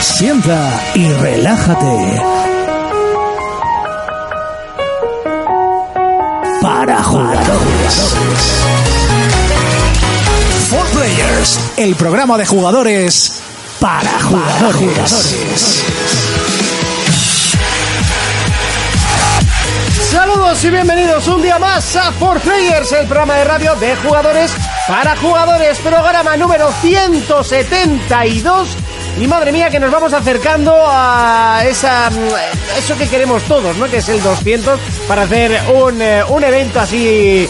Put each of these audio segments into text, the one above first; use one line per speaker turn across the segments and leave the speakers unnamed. Sienta y relájate. Para jugadores. Four Players, el programa de jugadores para jugadores.
Saludos y bienvenidos un día más a Four Players, el programa de radio de jugadores para jugadores, programa número 172. Y madre mía que nos vamos acercando a esa a eso que queremos todos, ¿no? Que es el 200 para hacer un, eh, un evento así eh,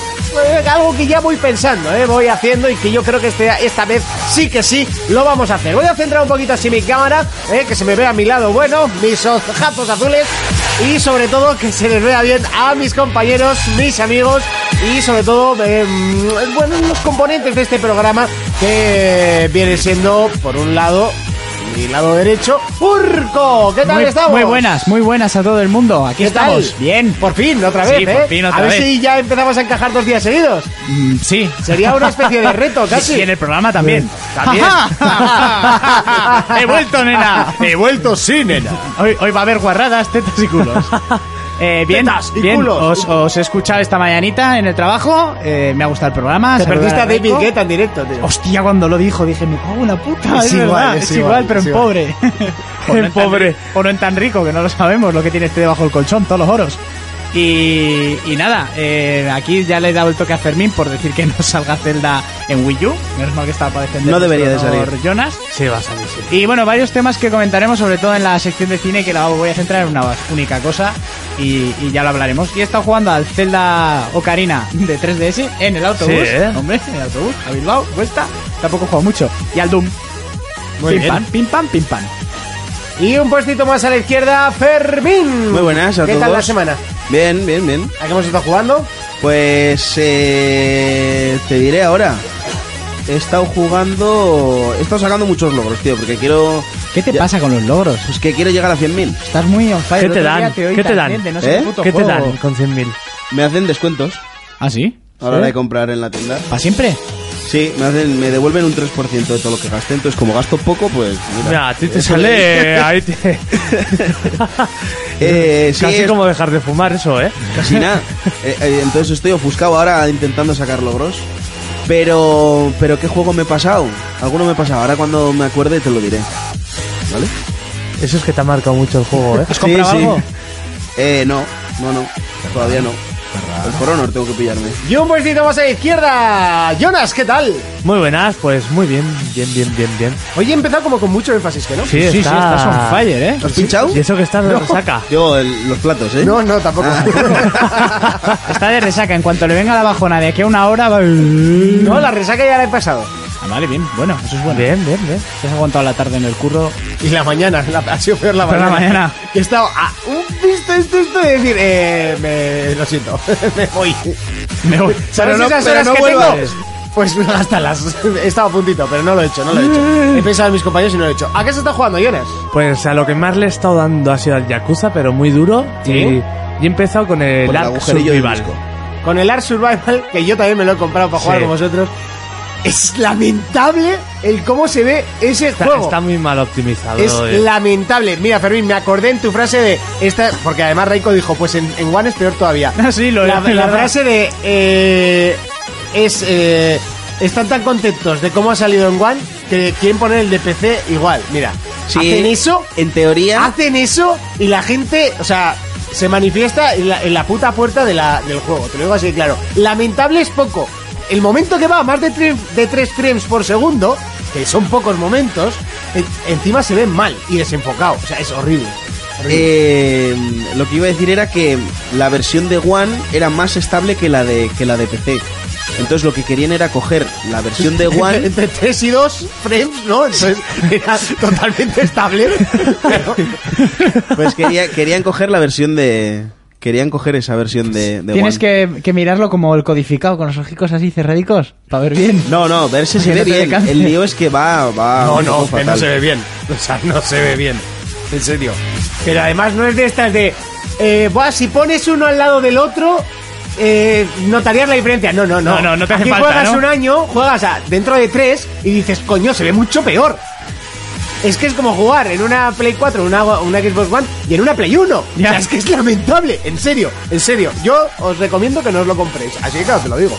algo que ya voy pensando, ¿eh? voy haciendo y que yo creo que este, esta vez sí que sí lo vamos a hacer. Voy a centrar un poquito así mi cámara, ¿eh? que se me vea a mi lado bueno, mis ojazos azules y sobre todo que se les vea bien a mis compañeros, mis amigos y sobre todo eh, bueno, los componentes de este programa que viene siendo, por un lado, mi lado derecho, Urco. ¿Qué tal
Muy,
estamos?
muy buenas, muy buenas a todo el mundo. Aquí
¿Qué
estamos.
tal?
Bien.
Por fin, otra
Sí,
vez, ¿eh?
por fin, otra
a ver
vez.
si ya empezamos a encajar dos días seguidos.
Mm, sí.
Sería una especie de reto, casi.
Y en el programa también. También. Ah, He vuelto, nena. He vuelto, sí, nena. Hoy, hoy va a haber guarradas, tetas y culos. Eh, bien,
Tetas y
bien.
culos.
Os, os he escuchado esta mañanita en el trabajo. eh, me ha gustado el programa.
Te
saludar
perdiste a David
Reiko.
Guetta en directo, tío.
Hostia, cuando lo dijo, dije, me cago en la puta.
Es
Es,
igual,
verdad,
es
es,
igual,
igual, pero
es
en
igual.
pobre.
O no
En
en tan
pobre.
rico.
O no en tan rico, que no lo sabemos lo que tiene este debajo del colchón, todos los oros. Y, y nada, eh, aquí ya le he dado el toque a Fermín por decir que no salga Zelda en Wii U. Menos mal que estaba para defender.
No
nuestro
debería de
honor
salir.
Jonas.
Sí, va a salir, sí.
Y bueno, varios temas que comentaremos, sobre todo en la sección de cine, que la voy a centrar en una única cosa y, y ya lo hablaremos. Y he estado jugando al Zelda Ocarina de 3DS en el autobús.
Sí, ¿eh?
Hombre, en el autobús, a Bilbao, cuesta. Tampoco he jugado mucho. Y al Doom.
Muy
pim
bien.
pam, pim pam, pim pam.
Y un puestito más a la izquierda, Fermín.
Muy buenas a
¿Qué
todos.
tal la semana?
Bien, bien, bien.
¿A qué hemos estado jugando?
Pues eh, te diré ahora. He estado jugando... He estado sacando muchos logros, tío, porque quiero...
¿Qué te
Ya-
pasa con los logros?
Pues que quiero llegar a 100.000.
Estás muy on fire.
¿Qué
El
te
otro día
dan?
oí
¿Qué te
tan
dan?
bien de no sé
¿Eh?
qué puto
¿Qué te
juego.
dan con 100.000?
Me hacen descuentos
¿Ah, sí?
a la hora de comprar en la tienda.
¿Para siempre?
Sí, me, hacen, me devuelven un 3% de todo lo que gasté. Entonces, como gasto poco, pues... mira.
Mira, a ti te sale. Ahí te-
Eh, sí,
casi
es-
como dejar de fumar, eso, ¿eh?
Casi nada. Eh, eh, entonces estoy ofuscado ahora intentando sacar logros. Pero, pero ¿qué juego me he pasado? Alguno me he pasado. Ahora cuando me acuerde te lo diré. ¿Vale?
Eso es que te ha marcado mucho el juego, ¿eh?
¿Has comprado
sí.
algo?
Eh, no, no, no. Todavía no. El For Honor tengo que pillarme.
Y un puestito más a la izquierda, Jonas, ¿qué tal?
Muy buenas, pues muy bien, bien, bien, bien, bien.
Hoy he empezado como con mucho énfasis, ¿que no?
Sí,
sí,
está...
estás on fire, ¿eh?
¿Lo has pinchado?
Y eso que estás de resaca.
Yo, el- los platos, ¿eh?
No, no, tampoco.
Está de resaca. En cuanto le venga la bajona de aquí a una hora... Va... Mm.
no, la resaca ya la he pasado.
Ah, vale, bien. Bueno, eso es bueno.
Bien, bien, bien.
Te has aguantado la tarde en el curro.
Y la mañana, la- ha sido peor la
Pero
mañana.
la mañana.
Que He estado a un visto esto, esto de decir, eh, me, lo siento, me voy.
Me voy.
¿Sabes
no-
esas
pero
horas
no
que
vuelvas.
tengo? Pues hasta las... He estado a puntito, pero no lo he hecho, no lo he hecho. He pensado en mis compañeros y no lo he hecho. ¿A qué se está jugando, Jonas?
Pues a lo que más le he estado dando ha sido al Yakuza, pero muy duro.
¿Sí?
Y, y he empezado con el
Por el
Ark
agujerillo del
Survival.
disco.
Con el Art Survival, que yo también me lo he comprado para jugar
Sí.
con vosotros. Es lamentable el cómo se ve ese
Está,
juego.
está muy mal optimizado.
Es
eh.
lamentable. Mira, Fermín, me acordé en tu frase de esta, porque además Reiko dijo, pues en, en One es peor todavía.
Ah, sí, lo-
la,
lo-
la
lo-
frase de eh, es eh, están tan contentos de cómo ha salido en One que quieren poner el de PC igual. Mira,
Sí.
hacen eso,
En teoría...
hacen eso y la gente, o sea, se manifiesta en la, en la puta puerta de la- del juego. Te lo digo así de claro. Lamentable es poco. El momento que va a más de, tre- de 3 frames por segundo, que son pocos momentos, en- encima se ven mal y desenfocado. O sea, es horrible. horrible.
eh, lo que iba a decir era que la versión de One era más estable que la de, que la de PC. Entonces lo que querían era coger la versión de One
Entre 3 y 2 frames, ¿no? Entonces era totalmente estable. Pero-
Pues quería- querían coger la versión de. Querían coger esa versión de, de
Tienes
One.
que, que mirarlo como el codificado, con los ojicos así cerradicos, para ver bien.
No, no, verse
Que
se
no
ve
te dé
bien.
cáncer.
El lío es que va. va
No,
un
no,
poco
que no
fatal.
se ve bien. O sea, no se ve bien. En serio.
Pero además no es de estas de. Eh, buah, si pones uno al lado del otro. eh, notarías la diferencia. No, no, no.
No, no, no te hace
Aquí
falta,
juegas
¿no?
un año, juegas a- dentro de tres y dices, coño, se ve mucho peor. Es que es como jugar en una Play 4, una, una Xbox One y en una Play 1.
Ya.
O sea, es que es lamentable. En serio, en serio. Yo os recomiendo que no os lo compréis. Así que claro, te lo digo.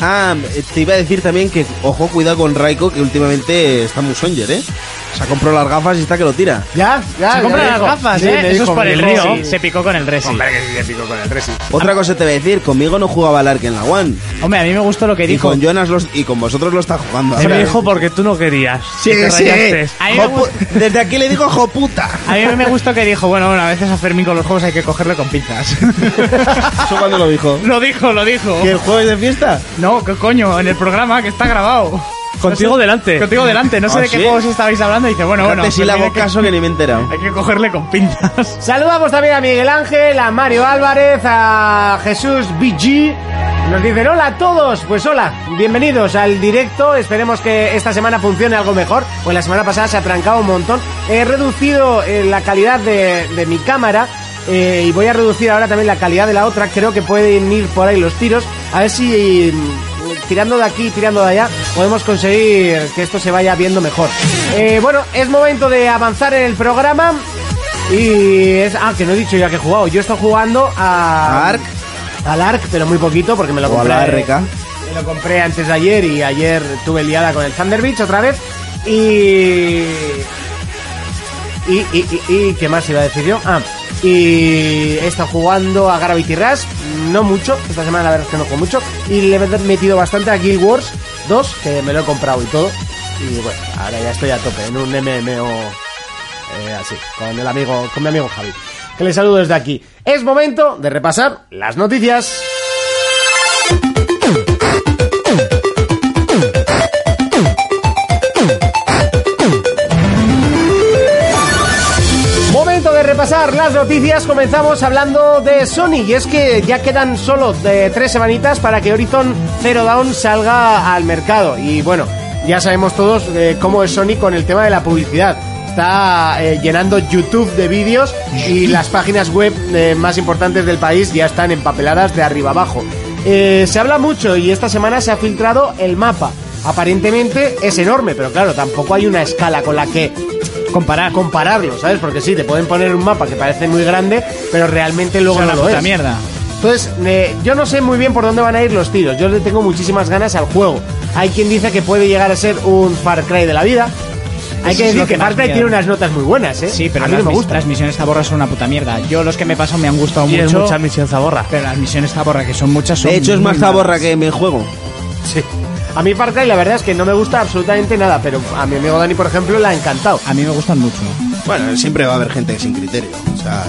Ah, te iba a decir también que, ojo, cuidado con Raiko, que últimamente está muy songer, ¿eh? Se ha comprado las gafas y está que lo tira.
Ya, ya.
Se
ya
compra
me
las
dijo.
gafas,
Sí,
¿eh?
me
Eso es
dijo,
para
me
el
dijo,
Resi.
sí.
Se picó con el Resi.
Hombre, que le pico con el Resi.
Ah.
Otra cosa te voy a decir, conmigo no jugaba al Ark en la One.
Hombre, a mí me gustó lo que
Y
dijo.
con Jonas los, y con vosotros lo está jugando.
Se
ahora.
me dijo porque tú no querías. que te rayaste.
A mí me
Jopu- pues, Desde aquí le digo joputa.
A mí me gustó que dijo, bueno, bueno, a veces a Fermín con los juegos hay que cogerle con pinzas.
¿Eso cuando lo dijo?
lo dijo, lo dijo.
¿Que el juego es de fiesta?
No, qué coño, en el programa que está grabado.
Contigo
No sé-
delante.
Contigo delante, no sé
¿Ah,
de qué
sí?
juegos estabais hablando. Y dice, bueno, bueno.
Fíjate si le
Fermín,
hago
hay que-
caso que ni me he enterado.
Hay que cogerle con pinzas.
Saludamos también a Miguel Ángel, a Mario Álvarez, a Jesús BG. Nos dicen hola a todos. Pues hola, bienvenidos al directo. Esperemos que esta semana funcione algo mejor. Pues la semana pasada se ha trancado un montón. He reducido eh, la calidad de, de mi cámara. eh, y voy a reducir ahora también la calidad de la otra. Creo que pueden ir por ahí los tiros. A ver si mm, tirando de aquí, tirando de allá, podemos conseguir que esto se vaya viendo mejor. Eh, bueno, es momento de avanzar en el programa. Y es. Ah, que no he dicho ya que he jugado. Yo estoy jugando a.
¿A Ark?
Al Ark, pero muy poquito porque me lo
O ¿eh? a
compré.
la RK.
Me lo compré antes de ayer y ayer tuve liada con el Thunder Beach otra vez. Y. Y, y, y, y, ¿qué más iba a decir yo? Ah, y he estado jugando a Gravity Rush, no mucho, esta semana la verdad es que no juego mucho, y le he metido bastante a Guild Wars 2, que me lo he comprado y todo, y bueno, ahora ya estoy a tope, en un MMO eh, así, con el amigo, con mi amigo Javi, que le saludo desde aquí. Es momento de repasar las noticias. Momento de repasar las noticias. Comenzamos hablando de Sony. Y es que ya quedan solo de tres semanitas para que Horizon Zero Dawn salga al mercado. Y bueno, ya sabemos todos eh, cómo es Sony con el tema de la publicidad. Está eh, llenando YouTube de vídeos y las páginas web eh, más importantes del país ya están empapeladas de arriba abajo. Eh, se habla mucho y esta semana se ha filtrado el mapa. Aparentemente es enorme, pero claro, tampoco hay una escala con la que comparar compararlo, ¿sabes? Porque sí, te pueden poner un mapa que parece muy grande, pero realmente luego
Son
no
la
lo
puta
es.
mierda.
Entonces, eh, yo no sé muy bien por dónde van a ir los tiros. Yo le tengo muchísimas ganas al juego. Hay quien dice que puede llegar a ser un Far Cry de la vida. Hay
Eso
que
es
decir
lo
que
que más
Far Cry
miedo.
tiene unas notas muy buenas, ¿eh?
Sí, pero
a mí
las,
no me
mis-
gusta.
las misiones taborras son una puta mierda. Yo los que me he pasado me han gustado
Y es
mucho.
mucha misión zaborra.
Pero las misiones taborra, que son muchas, son
De hecho, es
muy
más
malas.
zaborra que mi juego.
A mí Far Cry la verdad es que no me gusta absolutamente nada, pero a mi amigo Dani, por ejemplo, la ha encantado.
A mí me gustan mucho.
Bueno, siempre va a haber gente sin criterio. O sea,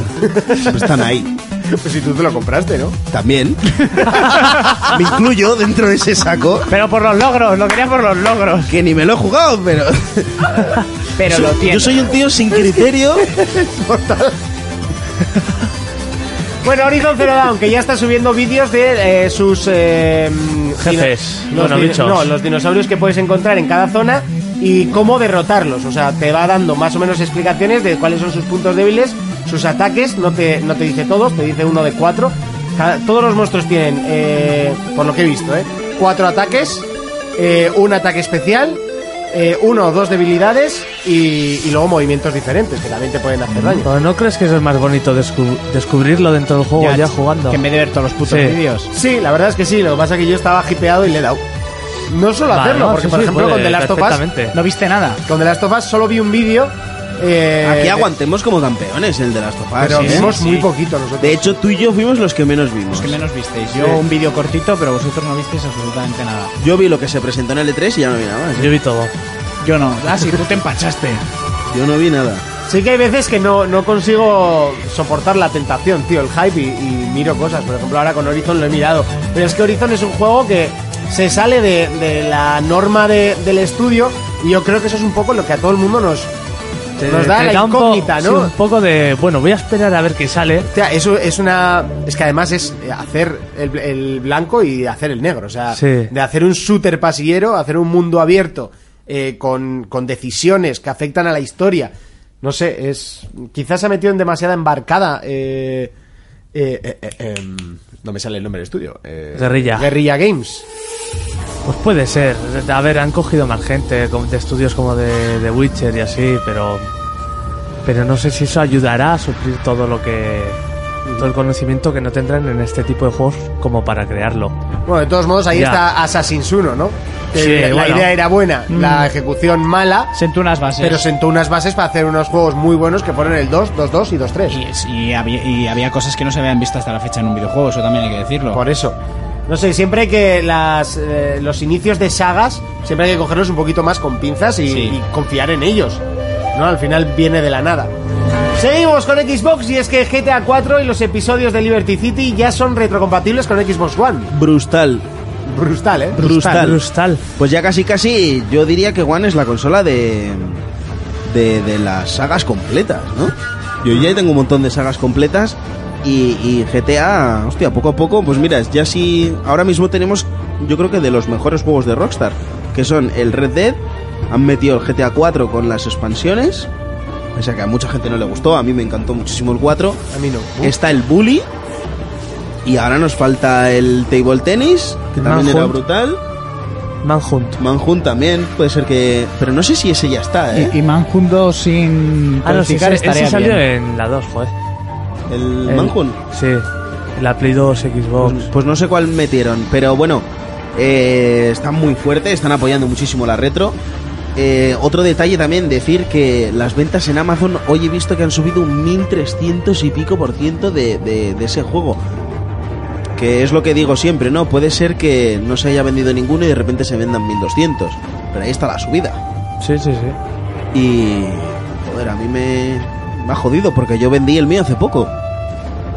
siempre están ahí.
Pues si tú te lo compraste, ¿no?
También. Me incluyo dentro de ese saco.
Pero por los logros, lo quería por los logros.
Que ni me lo he jugado, pero.
Pero lo tiene.
Yo soy un tío sin criterio.
Bueno, Horizon Zero Dawn, que ya está subiendo vídeos de eh, sus... eh, mm,
Jefes,
dino- los
bueno,
dino-
bichos.
No, los dinosaurios que puedes encontrar en cada zona y cómo derrotarlos. O sea, te va dando más o menos explicaciones de cuáles son sus puntos débiles, sus ataques, no te, no te dice todos, te dice uno de cuatro. Cada- todos los monstruos tienen, eh, por lo que he visto, eh, cuatro ataques, eh, un ataque especial, eh, uno o dos debilidades y, y luego movimientos diferentes que también te pueden hacer daño.
Pero ¿No crees que eso es más bonito descu- descubrirlo dentro del juego ya, jugando?
Que en vez de ver todos los putos
Sí.
vídeos.
Sí, la verdad es que sí. Lo que pasa es que yo estaba hipeado y le he dado. No suelo
Vale,
hacerlo,
no,
porque
sí,
por
sí,
ejemplo
puede,
con The Last of Us,
perfectamente.
No viste nada.
con The Last of Us solo vi un vídeo. eh,
Aquí aguantemos como campeones el de las
Pues
topas.
Pero
¿eh?
vimos muy poquito nosotros.
De hecho, tú y yo fuimos los que menos vimos.
Que menos visteis. Yo un vídeo cortito, pero vosotros no visteis absolutamente nada.
Yo vi lo que se presentó en el E3 y ya no vi nada más. ¿eh?
Yo vi todo.
Yo no. Ah, sí, tú te empachaste.
Yo no vi nada.
sí que hay veces que no, no consigo soportar la tentación, tío, el hype y, y miro cosas. Por ejemplo, ahora con Horizon lo he mirado. Pero es que Horizon es un juego que se sale de, de la norma de- del estudio y yo creo que eso es un poco lo que a todo el mundo nos, nos da
Te
la
da un po-
incógnita,
sí,
¿no?
un poco de, bueno, voy a esperar a ver qué sale.
O sea, eso es una. Es que además es hacer el, el blanco y hacer el negro. O sea,
Sí.
de hacer un shooter pasillero, hacer un mundo abierto eh, con, con decisiones que afectan a la historia. No sé, es. Quizás se ha metido en demasiada embarcada. eh, eh, eh, eh, em, no me sale el nombre del estudio. eh,
Guerrilla.
Guerrilla Games.
Pues puede ser. A ver, han cogido más gente como de estudios como de, de Witcher y así, pero. Pero no sé si eso ayudará a suplir todo lo que. Todo el conocimiento que no tendrán en este tipo de juegos como para crearlo.
Bueno, de todos modos, ahí
Ya.
está Assassin's 1, ¿no? Que
Sí,
la
bueno. Mm.
idea era buena, la ejecución mala.
Sentó unas bases.
Pero sentó unas bases para hacer unos juegos muy buenos que ponen el 2, 2, 2 y 2, 3.
Y, y había, y había cosas que no se habían visto hasta la fecha en un videojuego, eso también hay que decirlo.
Por eso. No sé, siempre hay que las, eh, los inicios de sagas, siempre hay que cogerlos un poquito más con pinzas y,
Sí.
y confiar en ellos. ¿no? Al final viene de la nada. Seguimos con Xbox y es que GTA 4 y los episodios de Liberty City ya son retrocompatibles con Xbox One.
Brustal.
Brutal, ¿eh?
Brustal.
Brustal.
Pues ya casi casi yo diría que One es la consola de, de, de las sagas completas, ¿no? Yo ya tengo un montón de sagas completas y, y GTA, hostia, poco a poco, pues mira, ya sí, ahora mismo tenemos yo creo que de los mejores juegos de Rockstar, que son el Red Dead, han metido el GTA 4 con las expansiones, o sea que a mucha gente no le gustó, a mí me encantó muchísimo el 4,
A mí no.
está el Bully y ahora nos falta el Table Tennis, que también era
Manhunt.
brutal.
Manhunt.
Manhunt también, puede ser que... Pero no sé si ese ya está, ¿eh?
Y, y Manhunt 2 sin
Ah, no, sí,
codificar
ese-
estaría
ese salió
bien.
en la 2, joder.
El
eh,
El-
Manhunt.
Sí. En la Play 2, Xbox.
Pues, pues no sé cuál metieron, pero bueno, eh, están muy fuertes, están apoyando muchísimo la retro. Eh, otro detalle también, decir que las ventas en Amazon hoy he visto que han subido un 1300 y pico por ciento de, de- de ese juego. Que es lo que digo siempre, ¿no? Puede ser que no se haya vendido ninguno y de repente se vendan 1200. Pero ahí está la subida.
Sí, sí, sí.
Y. Joder, a mí me. Me ha jodido porque yo vendí el mío hace poco.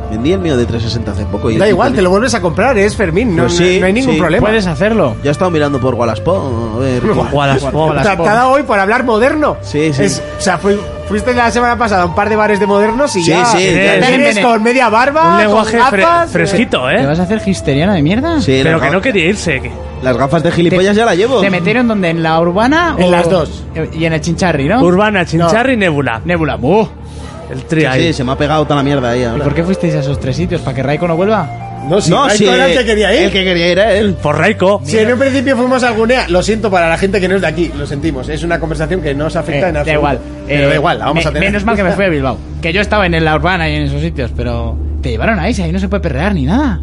Vendí el mío de 360 hace poco. Y
Da igual, te lo vuelves a comprar, es Fermín, no,
Pues sí,
no- no hay ningún
sí.
problema.
Puedes hacerlo.
Yo he estado mirando por Wallapop. A ver.
Wallapop.
Te ha te ha dado hoy por hablar moderno.
Sí, sí.
Es- o sea, fui- fuiste la semana pasada a un par de bares de modernos y
Sí,
ya.
sí,
ya
ya-
vienes con media barba,
Un lenguaje
con
fre-
gafas, eh,
fresquito,
¿Te
¿eh?
vas a hacer histeriana de mierda?
Sí,
Pero
las
que
ga-
no quería irse. que-
Las gafas de gilipollas ya la llevo.
¿Te metieron donde? ¿En la urbana?
En
o-
las dos.
Y en el chincharri, ¿no?
Urbana, Chincharri y Nebula.
Nebula. ¡buh!
El
Sí,
tri ahí.
sí, se me ha pegado toda la mierda ahí
¿Y
ahora.
por qué fuisteis a esos tres sitios? ¿Para que Raiko no vuelva?
No, sí,
No,
Raiko
sí.
era el que quería ir.
El que quería ir era él.
Por Raiko.
Si en un principio fuimos a Gunea, lo siento para la gente que no es de aquí, lo sentimos. Es una conversación que no os
Eh,
afecta en
da
absoluto.
igual.
Pero
Eh,
da igual, la vamos
me-
a tener.
Menos mal que me fui a Bilbao. Que yo estaba en la urbana y en esos sitios, pero... Te llevaron ahí, si ahí no se puede perrear ni nada.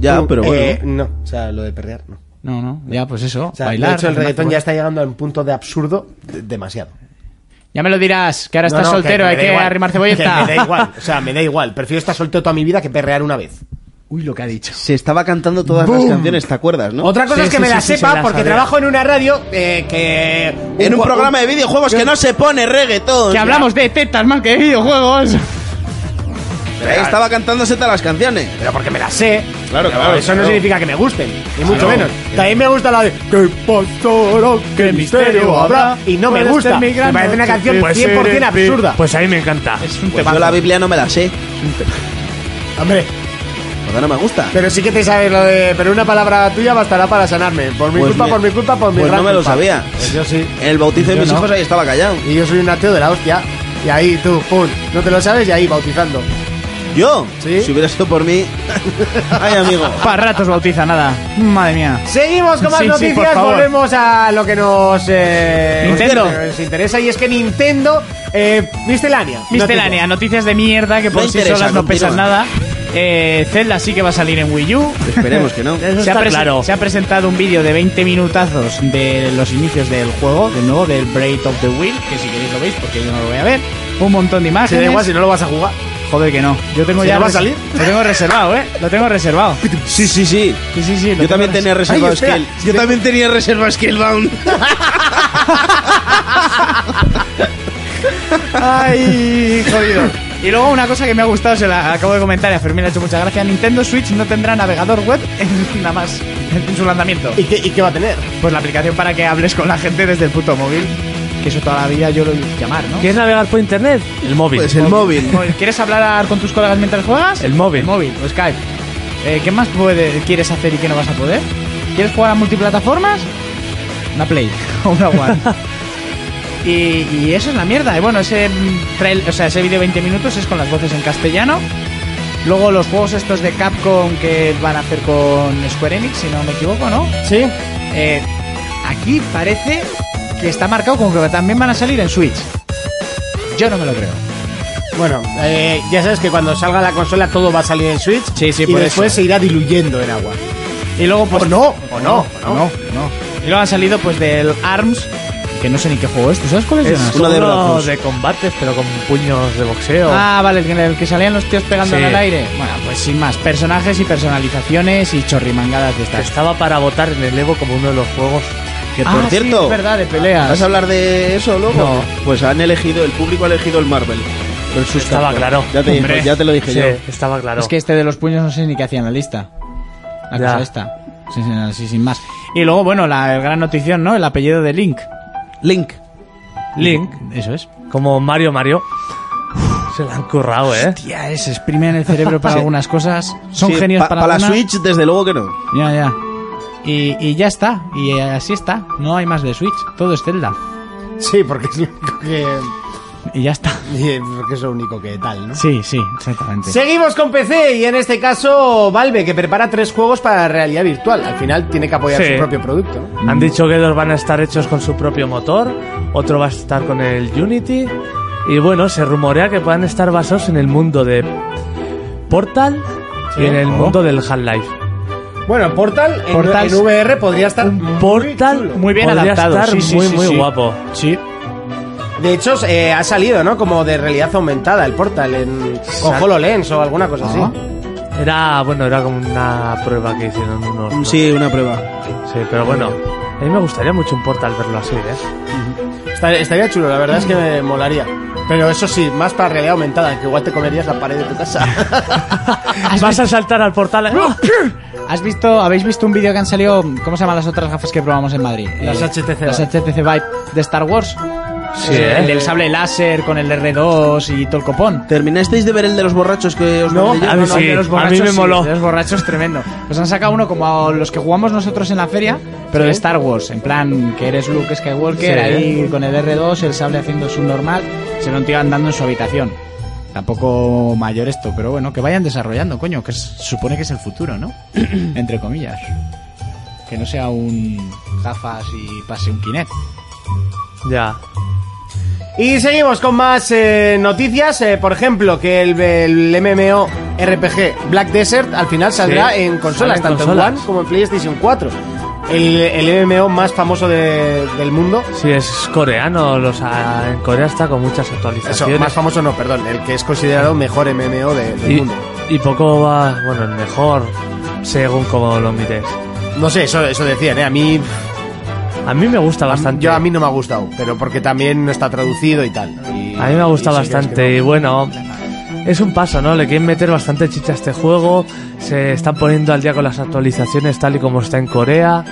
Ya, pero bueno.
Eh, no, o sea, lo de perder, no.
No, no, ya pues eso,
O sea,
bailar.
de hecho, el
hacer
reggaetón
más-
ya está llegando a un punto de absurdo de- demasiado.
Ya me lo dirás, que ahora
No,
estás
no,
soltero,
me
hay
da
que
igual.
arrimar
Que
cebolleta.
me da igual, o sea, me da igual. Prefiero estar soltero toda mi vida que perrear una vez.
Uy, lo que ha dicho.
Se estaba cantando todas las canciones, ¿te acuerdas, no?
Otra cosa
Sí,
es que
sí,
me
sí,
la
sí,
sepa
se la
porque
sabía.
trabajo en una radio eh, que...
En un
cua-
programa de videojuegos que no se pone reggaetón.
Que hablamos de tetas más que de videojuegos.
Pero ahí estaba cantándose todas las canciones.
Pero porque me la sé.
Claro,
Pero
claro,
Eso no
claro.
significa que me gusten, ni mucho menos. También me gusta la de ¿Qué pasará? ¿Qué misterio habrá? Y no me
Puedes
gusta.
ser mi
Me
gran
parece una
noche,
canción
puedes ser
100%
el pi-
absurda.
Pues a mí me encanta. Es un
Pues yo la Biblia no me la sé.
Hombre,
Porque no me gusta.
pero sí que te sabes lo de. Pero una palabra tuya bastará para sanarme. Por mi
Pues
culpa,
me-
por mi culpa, por mi
pues
gran
no me lo
culpa.
sabía.
Pues yo sí.
En el bautizo de mis hijos ahí estaba callado.
Y yo soy un ateo de la hostia. Y ahí tú, pum, no te lo sabes y ahí bautizando.
¿Yo?
Sí.
Si hubiera sido por mí. Ay, amigo.
Para ratos bautiza, nada. Madre mía.
Seguimos con más
Sí, sí,
noticias,
por favor.
volvemos a lo que nos, eh,
Nintendo.
nos interesa y es que Nintendo, eh, Miscelánea.
Miscelánea, noticias de mierda que por
No
sí
interesa,
solas no pesan
continúa.
nada. Eh, Zelda sí que va a salir en Wii U.
Esperemos que no.
se, ha
está
presen-
claro.
se ha presentado un vídeo de 20 minutazos de los inicios del juego, de nuevo, del Breath of the Wild, que si queréis lo veis porque yo no lo voy a ver. Un montón de
Se da
imágenes.
igual si no lo vas a jugar.
Joder que no. Yo tengo
¿Si
ya
no va a
res-
salir?
Lo tengo reservado, eh. Lo tengo reservado.
Sí, sí, sí.
Sí, sí, sí. lo
Yo también
tengo
tenía reservado
Ay, espera.
Skill. Yo también tenía reservado Skillbound.
Ay, jodido.
Y luego una cosa que me ha gustado, se la acabo de comentar y a Fermín le ha hecho mucha gracia. Nintendo Switch no tendrá navegador web en, nada más en su lanzamiento.
¿Y qué, ¿Y qué va a tener?
Pues la aplicación para que hables con la gente desde el puto móvil. Que eso toda la vida yo lo he llamar, ¿no?
¿Quieres navegar por internet? El móvil.
Pues el móvil.
Móvil. ¿Quieres hablar con tus colegas mientras juegas?
El móvil.
El móvil o Skype. Eh, ¿Qué más puede- quieres hacer y qué no vas a poder? ¿Quieres jugar a multiplataformas? Una Play o una One. y, y eso es la mierda. Y bueno, ese mm, trail, o sea, ese vídeo de 20 minutos es con las voces en castellano. Luego los juegos estos de Capcom que van a hacer con Square Enix, si no me equivoco, ¿no?
Sí.
Eh, aquí parece que está marcado como que también van a salir en Switch. Yo no me lo creo.
Bueno, eh, ya sabes que cuando salga la consola todo va a salir en Switch.
Sí, sí,
y
por
después
eso.
se irá diluyendo en agua.
Y luego pues
O no, o no, o no.
Y luego han salido pues del ARMS, que no sé ni qué juego es, ¿tú sabes cuál es?
Es
Jonas?
uno
uno
de,
de brazos.
combates, pero con puños de boxeo.
Ah, vale, el que, el que salían los tíos pegando
Sí.
en el aire. Bueno, pues sin más, personajes y personalizaciones y chorrimangadas de
que
estas.
estaba para votar en el Evo como uno de los juegos.
Que
Ah,
por
sí,
cierto,
es verdad, de peleas.
¿vas a hablar de eso luego?
No.
Pues han elegido, el público ha elegido el Marvel. versus
Estaba
Capcom.
claro.
Ya te, dije-
Hombre.
ya te lo dije
Sí,
yo.
estaba claro.
Es que este de los puños no sé ni qué hacía en la lista. La
Ya.
cosa esta. Sí, sí, así sin más. Y luego, bueno, la gran notición, ¿no? El apellido de Link.
Link.
Link,
Eso es.
como Mario Mario, se la han currado, ¿eh?
Tía, es exprimen el cerebro para algunas cosas. Son
Sí,
genios
pa-
para
la
algunas.
Switch, desde luego que no.
Ya, ya. Y, y ya está. Y eh, así está. No hay más de Switch. Todo es Zelda.
Sí, porque es lo único que.
Y ya está.
y, eh, Porque es lo único que tal, ¿no?
Sí, sí, exactamente.
Seguimos con PC y en este caso Valve, que prepara tres juegos para realidad virtual. Al final tiene que apoyar
Sí.
su propio producto. ¿no?
Han dicho que dos van a estar hechos con su propio motor, otro va a estar con el Unity. Y bueno, se rumorea que puedan estar basados en el mundo de Portal y en el
Oh.
mundo del Half-Life.
Bueno, Portal en,
Portal-
en VR podría estar. muy
Portal
chulo.
Muy bien
podría
adaptado,
estar
sí, sí,
muy,
sí,
muy
sí.
guapo.
Sí.
De hecho, eh, ha salido, ¿no? Como de realidad aumentada el Portal en, con
Sal-
HoloLens o alguna cosa así.
Era, bueno, era como una prueba que hicieron unos. ¿no?
Sí, una prueba.
Sí, pero bueno, a mí me gustaría mucho un Portal verlo así, ¿eh?
Estar- estaría chulo, la verdad es que me molaría. Pero eso sí, más para realidad aumentada, que igual te comerías la pared de tu casa.
Vas a saltar al Portal. ¿eh?
¿Has visto, habéis visto un vídeo que han salido, ¿cómo se llaman las otras gafas que probamos en Madrid?
Las HTC
Las HTC Vive de Star Wars.
Sí,
Eh,
¿eh?
El del sable láser con el R2 y todo el copón.
¿Terminasteis de ver el de los borrachos que os mandé yo?
a mí sí,
de los
a
borrachos,
mí me
sí,
moló.
de los borrachos, tremendo. Pues han sacado uno como los que jugamos nosotros en la feria, pero de Star Wars. En plan, que eres Luke Skywalker,
Sí.
ahí con el R2, el sable haciendo su normal, se lo un tío andando en su habitación. Tampoco mayor esto, pero bueno, que vayan desarrollando, coño, que es- supone que es el futuro, ¿no? Entre comillas. Que no sea un gafas y pase un kinet.
Ya.
y seguimos con más eh, noticias. eh, por ejemplo, que el, el MMO RPG Black Desert al final saldrá
Sí,
en
sale
consolas,
en
tanto en
consolas.
One como en PlayStation 4. El, el MMO más famoso de- del mundo.
Sí, es coreano. Los, a- en Corea está con muchas
Eso,
actualizaciones.
más famoso no, perdón. El que es considerado mejor MMO de- del
y,
mundo.
y poco va. Bueno, el mejor, según como lo mires.
No sé, eso, eso decían, ¿eh? A mí,
A mí me gusta bastante.
yo, a mí no me ha gustado, pero porque también no está traducido y tal. Y-
A mí me ha gustado
y sí que es que
bastante y bueno, es un paso, ¿no? Le quieren meter bastante chicha a este juego, se están poniendo al día con las actualizaciones tal y como está en Corea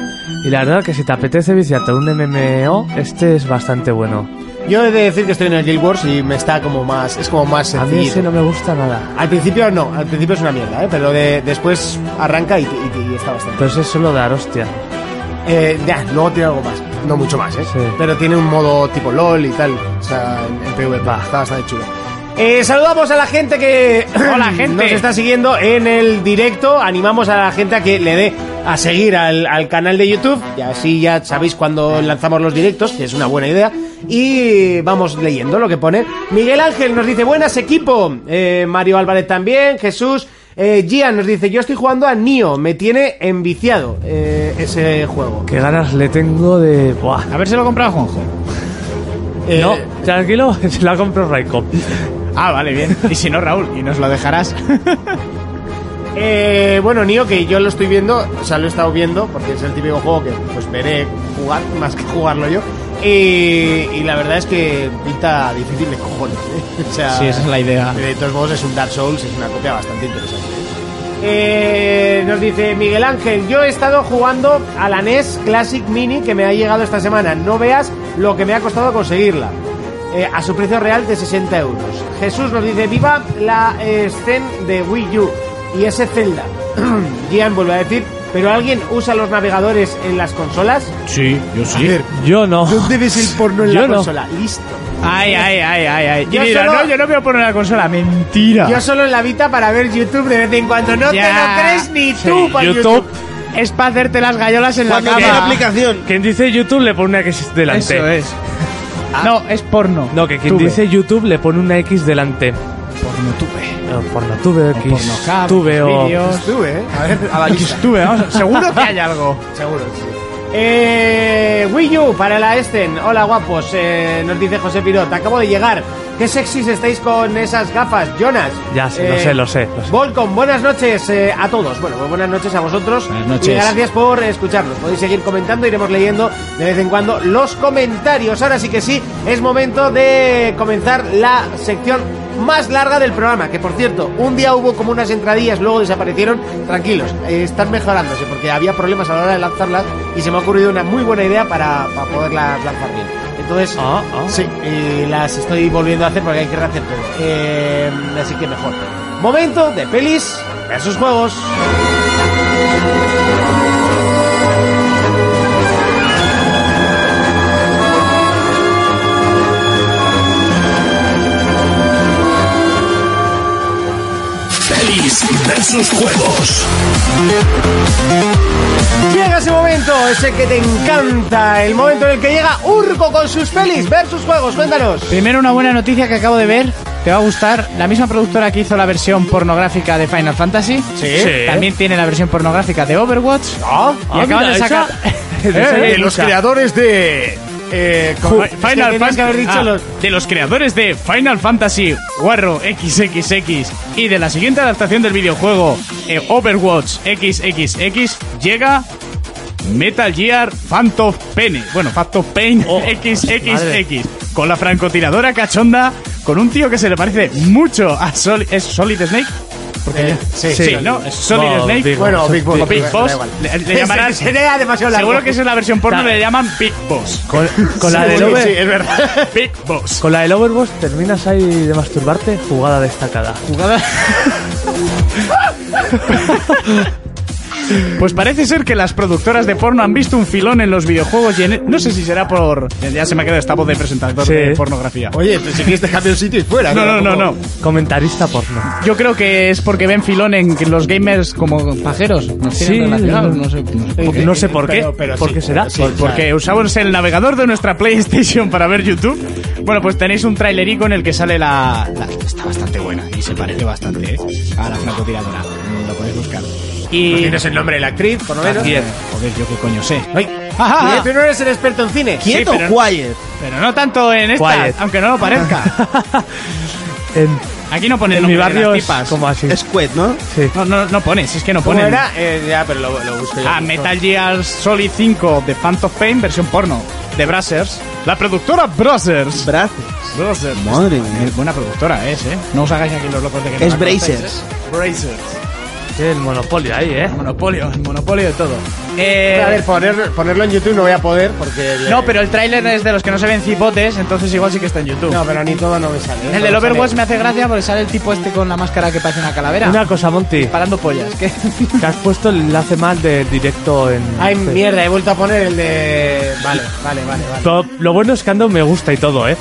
y la verdad que si te apetece viciarte un MMO, este es bastante bueno.
Yo he de decir que estoy en el Guild Wars y me está como más. Es como más
A mí
sencillo.
ese no me gusta nada,
Al principio no, al principio es una mierda, ¿eh? pero de- después arranca y, y- y está bastante.
pero es solo dar hostia.
Eh, ya, luego tiene algo más, no mucho más, ¿eh?
Sí.
pero tiene un modo tipo LOL y tal, o sea, en, en PvP,
Va.
está bastante chulo. Eh, saludamos a la gente que
Hola, gente.
nos está siguiendo en el directo. Animamos a la gente a que le dé a seguir al, al canal de YouTube. Y así ya sabéis cuando lanzamos los directos, que es una buena idea. Y vamos leyendo lo que pone. Miguel Ángel nos dice, buenas equipo. Eh, Mario Álvarez también, Jesús. Eh, Gian nos dice, yo estoy jugando a Nio, me tiene enviciado eh, ese juego.
Qué ganas le tengo de... Buah.
A ver si lo ha comprado Juanjo.
Eh,
No, tranquilo, se la compro Raikon.
Ah, vale, bien. Y si no, Raúl, y nos lo dejarás.
Eh, bueno, Nio, que yo lo estoy viendo, o sea, lo he estado viendo, porque es el típico juego que pues veré jugar más que jugarlo yo. Y, y la verdad es que pinta difícil de cojones. ¿eh? O sea,
Sí, esa es la idea.
de todos modos, es un Dark Souls, es una copia bastante interesante. Eh, nos dice Miguel Ángel, yo he estado jugando a la NES Classic Mini que me ha llegado esta semana. No veas lo que me ha costado conseguirla. Eh, a su precio real de 60 euros. Jesús nos dice, viva la eh, escena de Wii U y ese Zelda. Gian vuelve a decir, ¿pero alguien usa los navegadores en las consolas?
Sí, yo sí.
Yo no.
¿Dónde ves el porno en
Yo
la
no.
consola? Listo.
Ay, ay, ay, ay, ay. Y
Yo
mira,
solo-
no, yo no me voy a poner la consola. Mentira.
Yo solo en la Vita para ver YouTube de vez en cuando. No
Ya.
te lo crees ni
Sí,
tú para
YouTube.
YouTube.
Es para hacerte las gallolas en la
Cuando tiene
cama.
aplicación.
Quien dice YouTube le pone una X delante.
Eso es. No, es porno.
Ah. No, que quien
Tuve.
dice YouTube le pone una X delante.
Porno tuve.
Eh, Pornotube, X,
Pornocab,
Tube o...
vídeos.
Tuve, ¿eh? A ver,
Xtube, vamos, seguro que hay algo.
Seguro. Eh, Wii U para la Esten. Hola guapos, eh, nos dice José Pirot. Acabo de llegar. Qué sexys estáis con esas gafas, Jonas. Eh,
Ya sé, lo sé, lo sé, lo sé.
Volcom, buenas noches eh, a todos. Bueno, pues buenas noches a vosotros.
Buenas noches.
Y gracias por escucharnos. Podéis seguir comentando, iremos leyendo de vez en cuando los comentarios. Ahora sí que sí, es momento de comenzar la sección más larga del programa. Que por cierto, un día hubo como unas entradillas, luego desaparecieron. Tranquilos, eh, están mejorándose porque había problemas a la hora de lanzarlas y se me ha ocurrido una muy buena idea para, para poderlas lanzar bien. Entonces,
Ah, ah.
Sí, y las estoy volviendo a hacer porque hay que rehacer todo. Eh, así que mejor. Momento de pelis versus juegos.
Feliz versus juegos.
Llega ese momento, ese que te encanta, el momento en el que llega Urco con sus pelis versus juegos. Cuéntanos.
Primero una buena noticia que acabo de ver. Te va a gustar. La misma productora que hizo la versión pornográfica de Final Fantasy.
Sí.
También tiene la versión pornográfica de Overwatch.
¿No?
Y
Ah,
acaban
mira,
de sacar. Eh,
esa- de esa ya hay mucha.
creadores de. eh,
Ju- es que tenías que haber dicho los-
ah, de los creadores de Final Fantasy Warro XXX y de la siguiente adaptación del videojuego eh, Overwatch XXX llega Metal Gear Phantom Pain. Bueno, Phantom Pain
Oh,
XXX. Con la francotiradora cachonda, con un tío que se le parece mucho a Sol- ¿es Solid Snake. Porque ya- eh, sí, ¿no? Es Solid
Bueno,
Snake.
digo,
Bueno, Big Boss.
O Big Boss. Le, le llamarán.
Sería demasiado largo.
Seguro que es en la versión porno le llaman Big Boss.
Con, con la
Sí,
del
sí,
Over-
sí, es verdad.
Big Boss.
Con la del Overwatch terminas ahí de masturbarte, jugada destacada.
Pues parece ser que las productoras de porno han visto un filón en los videojuegos y en- e- no sé si será por ya se me ha quedado esta voz de presentador
Sí.
de pornografía.
Oye, pues si quieres te cambio el sitio y fuera.
No, no, no, no.
Comentarista porno.
Yo creo que es porque ven filón en que los gamers como pajeros.
Nos
Sí,
tienen relacionados,
no-
no sé. no sé.
No sé por qué.
Pero- pero
¿Por
sí,
qué será?
pero sí.
Por- por-
Porque usamos el navegador de nuestra PlayStation para ver YouTube. Bueno, pues tenéis un trailerico en el que sale la, la- Está bastante buena y se parece bastante ¿eh? a la francotiradora. Lo podéis buscar. Y...
Tienes el nombre de la actriz, por lo menos.
También. Joder, yo qué coño sé.
Ay,
Ajá.
Tú no eres el experto en cine.
Sí,
Quieto,
pero-
quiet.
Pero no tanto en esta,
Quiet.
aunque no lo parezca.
en,
Aquí no pone el
en mi
nombre de
barrio
las
es
tipas.
como así.
Es quiet, ¿no?
Sí.
No, no, no pones, es que no
¿Cómo
ponen.
era? Eh, ya, pero lo, lo busco yo.
Ah, Metal Gear Solid 5 de Phantom of Pain, versión porno. De Brazzers. La productora Brazzers.
Brazos.
Brazzers.
Madre mía.
Buena productora es, ¿eh? No os hagáis aquí los locos de que no
Es
la conocéis,
Brazers.
¿eh? Brazers.
El monopolio ahí, ¿eh?
Monopolio, el monopolio de todo. Eh,
A ver, poner- ponerlo en YouTube no voy a poder porque.
no, pero el tráiler es de los que no se ven cipotes, entonces igual sí que está en YouTube.
No, pero ni todo no me sale.
el del Overwatch me hace gracia porque sale el tipo este con la máscara que parece una calavera.
Una cosa, Monty.
Parando pollas. que-
Que has puesto el enlace mal del directo en...
Ay,
Sí.
mierda, he vuelto a poner el de. Vale, vale, vale. vale.
Pero Lo bueno es que anda un me gusta y todo, ¿eh?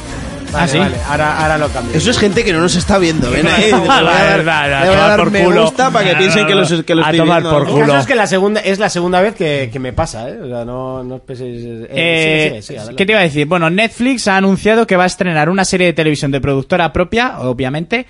Vale,
¿Ah, sí?
vale, Ahora, ahora lo cambio.
Eso es gente que no nos está viendo, ¿eh? Le voy a
Vale,
dar-
vale, a
le voy a
tomar
dar
por
me
culo.
gusta para que piensen que los que los
A
estoy
tomar
viendo,
por
¿no?
El caso
culo.
es que la segunda, es la segunda vez que, que me pasa, ¿eh? O sea, no, no os penséis. eh,
Eh,
sigue, sigue, sigue, adelante.
¿Qué te iba a decir? Bueno, Netflix ha anunciado que va a estrenar una serie de televisión de productora propia, obviamente,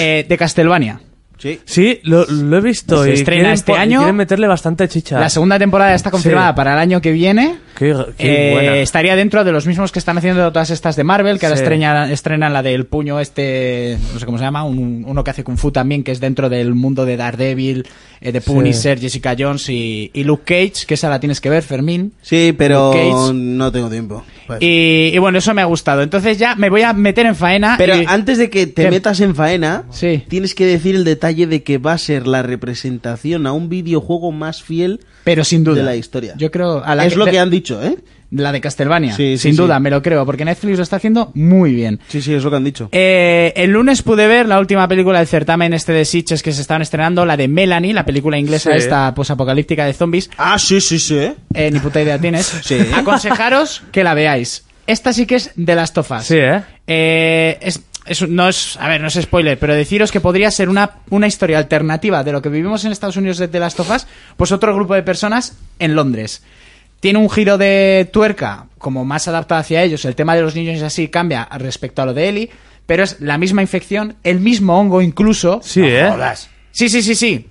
eh, de Castlevania.
Sí.
Sí, lo, lo he visto.
Se
y
estrena
quieren
este
po- y
año.
Quieren meterle bastante chicha.
La segunda temporada está confirmada
Sí.
para el año que viene.
Qué, qué
Eh,
buena.
estaría dentro de los mismos que están haciendo todas estas de Marvel, que ahora
Sí.
estreña- estrenan la del puño este, no sé cómo se llama, un- uno que hace Kung Fu también, que es dentro del mundo de Daredevil, eh, de Punisher, Jessica Jones y, y Luke Cage, que esa la tienes que ver, Fermín.
Sí, pero
Luke Cage.
no tengo tiempo. pues.
Y, y bueno, eso me ha gustado. Entonces ya me voy a meter en faena.
Pero
y-
antes de que te
¿Qué?
metas en faena,
Sí.
tienes que decir el detalle de que va a ser la representación a un videojuego más fiel
Pero sin duda.
de la historia.
Yo creo. A la
es lo
de-
que han dicho, ¿eh?
La de Castlevania.
Sí, sí,
sin
sí.
duda, me lo creo. Porque Netflix lo está haciendo muy bien.
Sí, sí, es lo que han dicho.
Eh, el lunes pude ver la última película del certamen este de Sitches que se estaban estrenando, la de Melanie, la película inglesa
Sí.
esta posapocalíptica de zombies.
Ah, sí, sí, sí. ¿eh?
Eh, ni puta idea tienes.
Sí.
Aconsejaros que la veáis. Esta sí que es de las tofas.
Sí, ¿eh?
Eh, es, es un- no es, a ver, no es spoiler, pero deciros que podría ser una, una historia alternativa de lo que vivimos en Estados Unidos de The Last of Us, pues otro grupo de personas en Londres. Tiene un giro de tuerca como más adaptado hacia ellos, el tema de los niños y así cambia respecto a lo de Ellie, pero es la misma infección, el mismo hongo incluso.
Sí, ¿eh?
Sí, sí, sí, sí.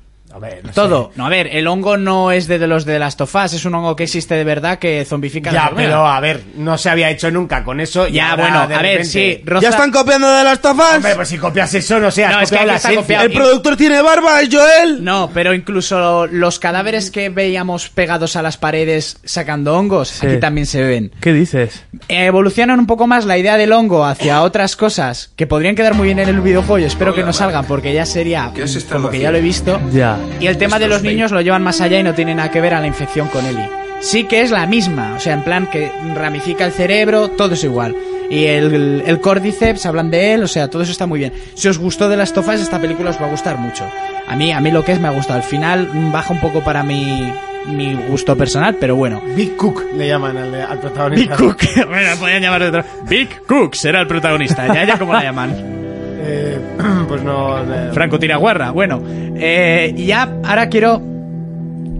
Todo. No, a ver, el hongo no es de, de los de Last of Us, es un hongo que existe de verdad que zombifica las
Ya,
hormigas.
pero a ver, no se había hecho nunca con eso. y
Ya,
ahora,
bueno, a
de
ver,
repente-
sí. Rosa-
¿Ya están copiando de las tofas?
Hombre, pues si copias eso, no seas
No, es que aquí
la
está
esencia.
copiado.
¿El productor tiene barba, es Joel?
No, pero incluso los cadáveres que veíamos pegados a las paredes sacando hongos, aquí también se ven.
¿Qué dices?
Evolucionan un poco más la idea del hongo hacia otras cosas que podrían quedar muy bien en el videojuego y espero que no salgan porque ya sería
¿Qué has estado
como que ya lo he visto.
Ya.
Y el tema de los niños lo llevan más allá y no tiene nada que ver a la infección con Eli. Sí que es la misma, o sea, en plan que ramifica el cerebro, todo es igual. Y el, el Cordyceps, hablan de él, o sea, todo eso está muy bien. Si os gustó de las tofas, esta película os va a gustar mucho. A mí, a mí lo que es me ha gustado. Al final mm, baja un poco para mi, mi gusto personal, pero bueno.
Big Cook le llaman al, al
Big
protagonista.
Cook, bueno, podrían llamar de otra. Big Cook será el protagonista, ya, ya como la llaman.
Eh, pues no. eh,
Franco Tiraguarra. Bueno, eh, y ya ahora quiero.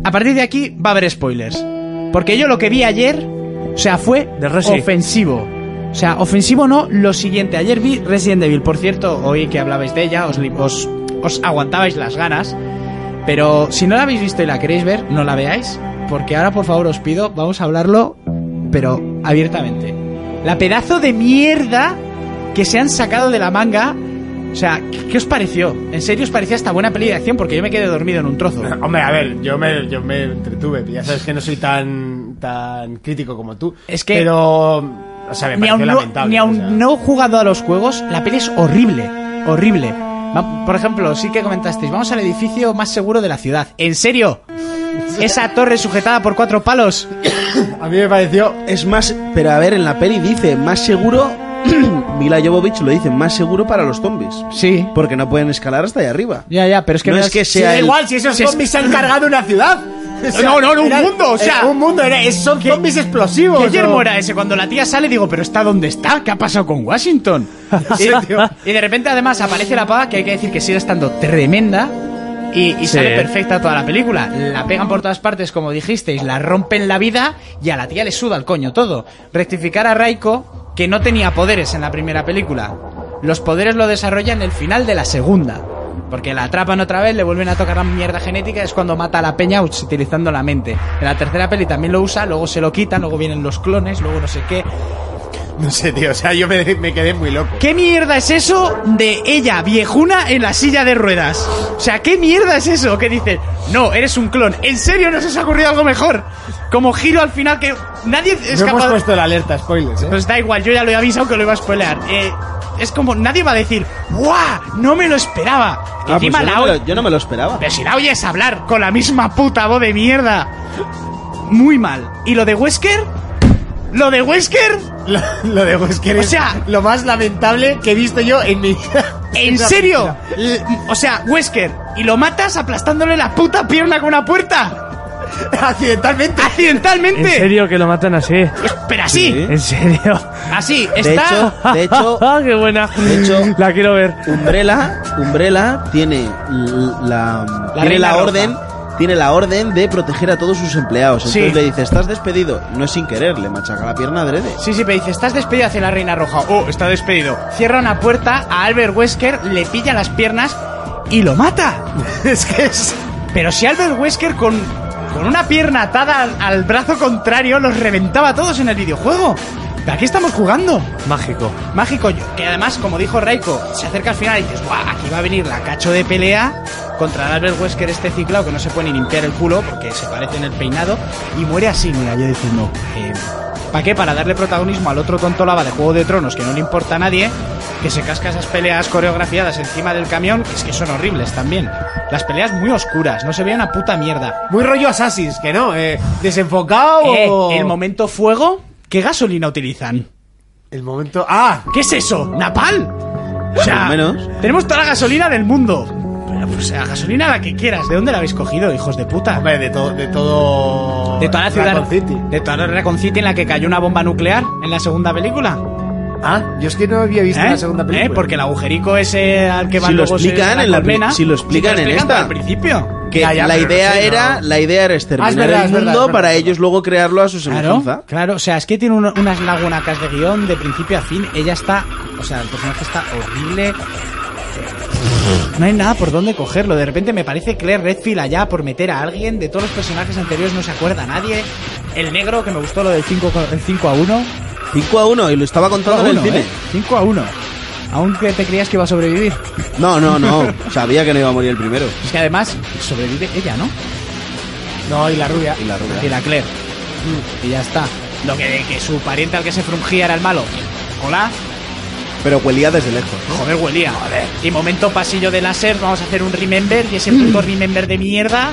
A partir de aquí va a haber spoilers. Porque yo lo que vi ayer, o sea, fue
De Resi.
ofensivo. O sea, ofensivo no, lo siguiente. Ayer vi Resident Evil. Por cierto, hoy que hablabais de ella, os, li- os, os aguantabais las ganas. Pero si no la habéis visto y la queréis ver, no la veáis. Porque ahora, por favor, os pido, vamos a hablarlo, pero abiertamente. La pedazo de mierda que se han sacado de la manga. O sea, ¿qué qué os pareció? ¿En serio os parecía esta buena peli de acción? Porque yo me quedé dormido en un trozo.
Hombre, a ver, yo me, yo me entretuve. Ya sabes que no soy tan, tan crítico como tú.
Es que-
Pero. O sea, me
Ni
pareció
aun, no,
lamentable.
ni aun
o sea.
no jugado a los juegos, la peli es horrible. Horrible. Va- Por ejemplo, sí que comentasteis, vamos al edificio más seguro de la ciudad. ¿En serio? Esa torre sujetada por cuatro palos.
A mí me pareció.
Es más, pero a ver, en la peli dice más seguro. Mila Jovovich lo dice, más seguro para los zombies.
Sí.
Porque no pueden escalar hasta allá arriba.
Ya, ya, pero es que
No
me
es
das-
que
sí,
sea
da
el-
igual.
Igual, si esos
si es-
zombies se han cargado una ciudad. O sea,
No, no, no, un
eran-
mundo, o sea-
eh, Un mundo, era- es- son zombies explosivos.
¿Qué yermo
o-
era ese? Cuando la tía sale digo, pero ¿está dónde está? ¿Qué ha pasado con Washington? y, y de repente además aparece la pava que hay que decir que sigue estando tremenda y, y sale perfecta toda la película. La pegan por todas partes, como dijisteis, la rompen la vida y a la tía le suda el coño todo. Rectificar a Raiko que no tenía poderes en la primera película. Los poderes lo desarrollan en el final de la segunda. Porque la atrapan otra vez, le vuelven a tocar la mierda genética, es cuando mata a la peña utilizando la mente. En la tercera peli también lo usa, luego se lo quitan, luego vienen los clones, luego no sé qué.
No sé, tío, o sea, yo me, me quedé muy loco.
¿Qué mierda es eso de ella, viejuna, en la silla de ruedas? O sea, ¿qué mierda es eso? Que dices, no, eres un clon. ¿En serio no se os ha ocurrido algo mejor? Como giro al final que nadie es
No hemos
capaz...
puesto la alerta, spoilers, ¿eh?
Pues da igual, yo ya lo he avisado que lo iba a spoilear. Eh, es como, nadie va a decir, ¡guau! No me lo esperaba.
Ah, pues
Encima
yo,
la
no me
o-
lo, yo no me lo esperaba.
pero si la oyes hablar con la misma puta voz de mierda. Muy mal. ¿Y lo de Wesker? ¿Lo de Wesker?
Lo, lo de Wesker
O
es
sea-
lo más lamentable que he visto yo en mi vida.
¿En
Una
serio?
película.
L- O sea, Wesker. ¿Y lo matas aplastándole la puta pierna con una puerta?
Accidentalmente.
Accidentalmente.
¿En serio que lo matan así?
Pero así,
Sí.
¿En serio? Ah,
así,
De
está.
hecho, de hecho,
¡Qué buena!
De hecho-
la quiero ver.
Umbrella, Umbrella tiene l- la, tiene
Reina
la
Roja.
orden, tiene la orden de proteger a todos sus empleados.
Sí.
Entonces le dice, "Estás despedido." No es sin querer, le machaca la pierna adrede.
Sí, sí, pero dice, estás despedido hacia la Reina Roja. Oh, está despedido. Cierra una puerta a Albert Wesker, le pilla las piernas y lo mata. es que es... Pero si Albert Wesker con, con una pierna atada al, al brazo contrario los reventaba a todos en el videojuego. ¿De aquí estamos jugando?
Mágico.
Mágico, yo- que además, como dijo Raiko, se acerca al final y dices, guau, aquí va a venir la cacho de pelea contra el Albert Wesker este ciclado que no se puede ni limpiar el culo porque se parece en el peinado y muere así, mira, yo diciendo, eh, ¿Para qué? Para darle protagonismo al otro tonto lava de Juego de Tronos que no le importa a nadie, que se casca esas peleas coreografiadas encima del camión, que es que son horribles también. Las peleas muy oscuras, no se ve una puta mierda.
Muy rollo Assassin's, que no, eh, desenfocado
Eh,
o...
el momento fuego, ¿qué gasolina utilizan?
El momento... Ah,
¿Qué es eso? ¿Napal? O sea,
Por lo menos.
tenemos toda la gasolina del mundo. Pero, pues, sea, gasolina la que quieras. ¿De dónde la habéis cogido, hijos de puta?
hombre, de todo... De, todo...
De toda la ciudad.
Raccoon City.
De toda la Raccoon City en la que cayó una bomba nuclear en la segunda película.
Ah, yo es que no había visto
¿Eh?
la segunda película.
¿Eh? Porque el agujerico ese al que van
Si lo
luego se-
explican en la peli-
colmena,
si lo explican en
explican
esta.
al principio.
Que
Ya, ya,
la
pero no
idea
sé,
era
no.
la idea era
Ah,
exterminar
es verdad, es
el
verdad,
mundo
es verdad.
para ellos luego crearlo a su
Claro,
semejanza.
claro, o sea, es que tiene un- unas lagunacas de guión de principio a fin. Ella está, o sea, el personaje está horrible. No hay nada por dónde cogerlo. De repente me parece Claire Redfield allá por meter a alguien. De todos los personajes anteriores no se acuerda nadie. El negro, que me gustó lo del 5, co- el 5 a 1.
5 a 1 y lo estaba contando en el cine.
5 ¿eh? a 1. Aunque te creías que iba a sobrevivir.
No, no, no. Sabía que no iba a morir el primero.
Es que además sobrevive ella, ¿no?
No, y la rubia.
Y la rubia.
Y la Claire. Y ya está. Lo que de que su pariente al que se frungía era el malo. Hola.
Pero huelía desde lejos.
Joder, Mm. huelía. Y momento pasillo de láser, vamos a hacer un remember y ese puto remember de mierda.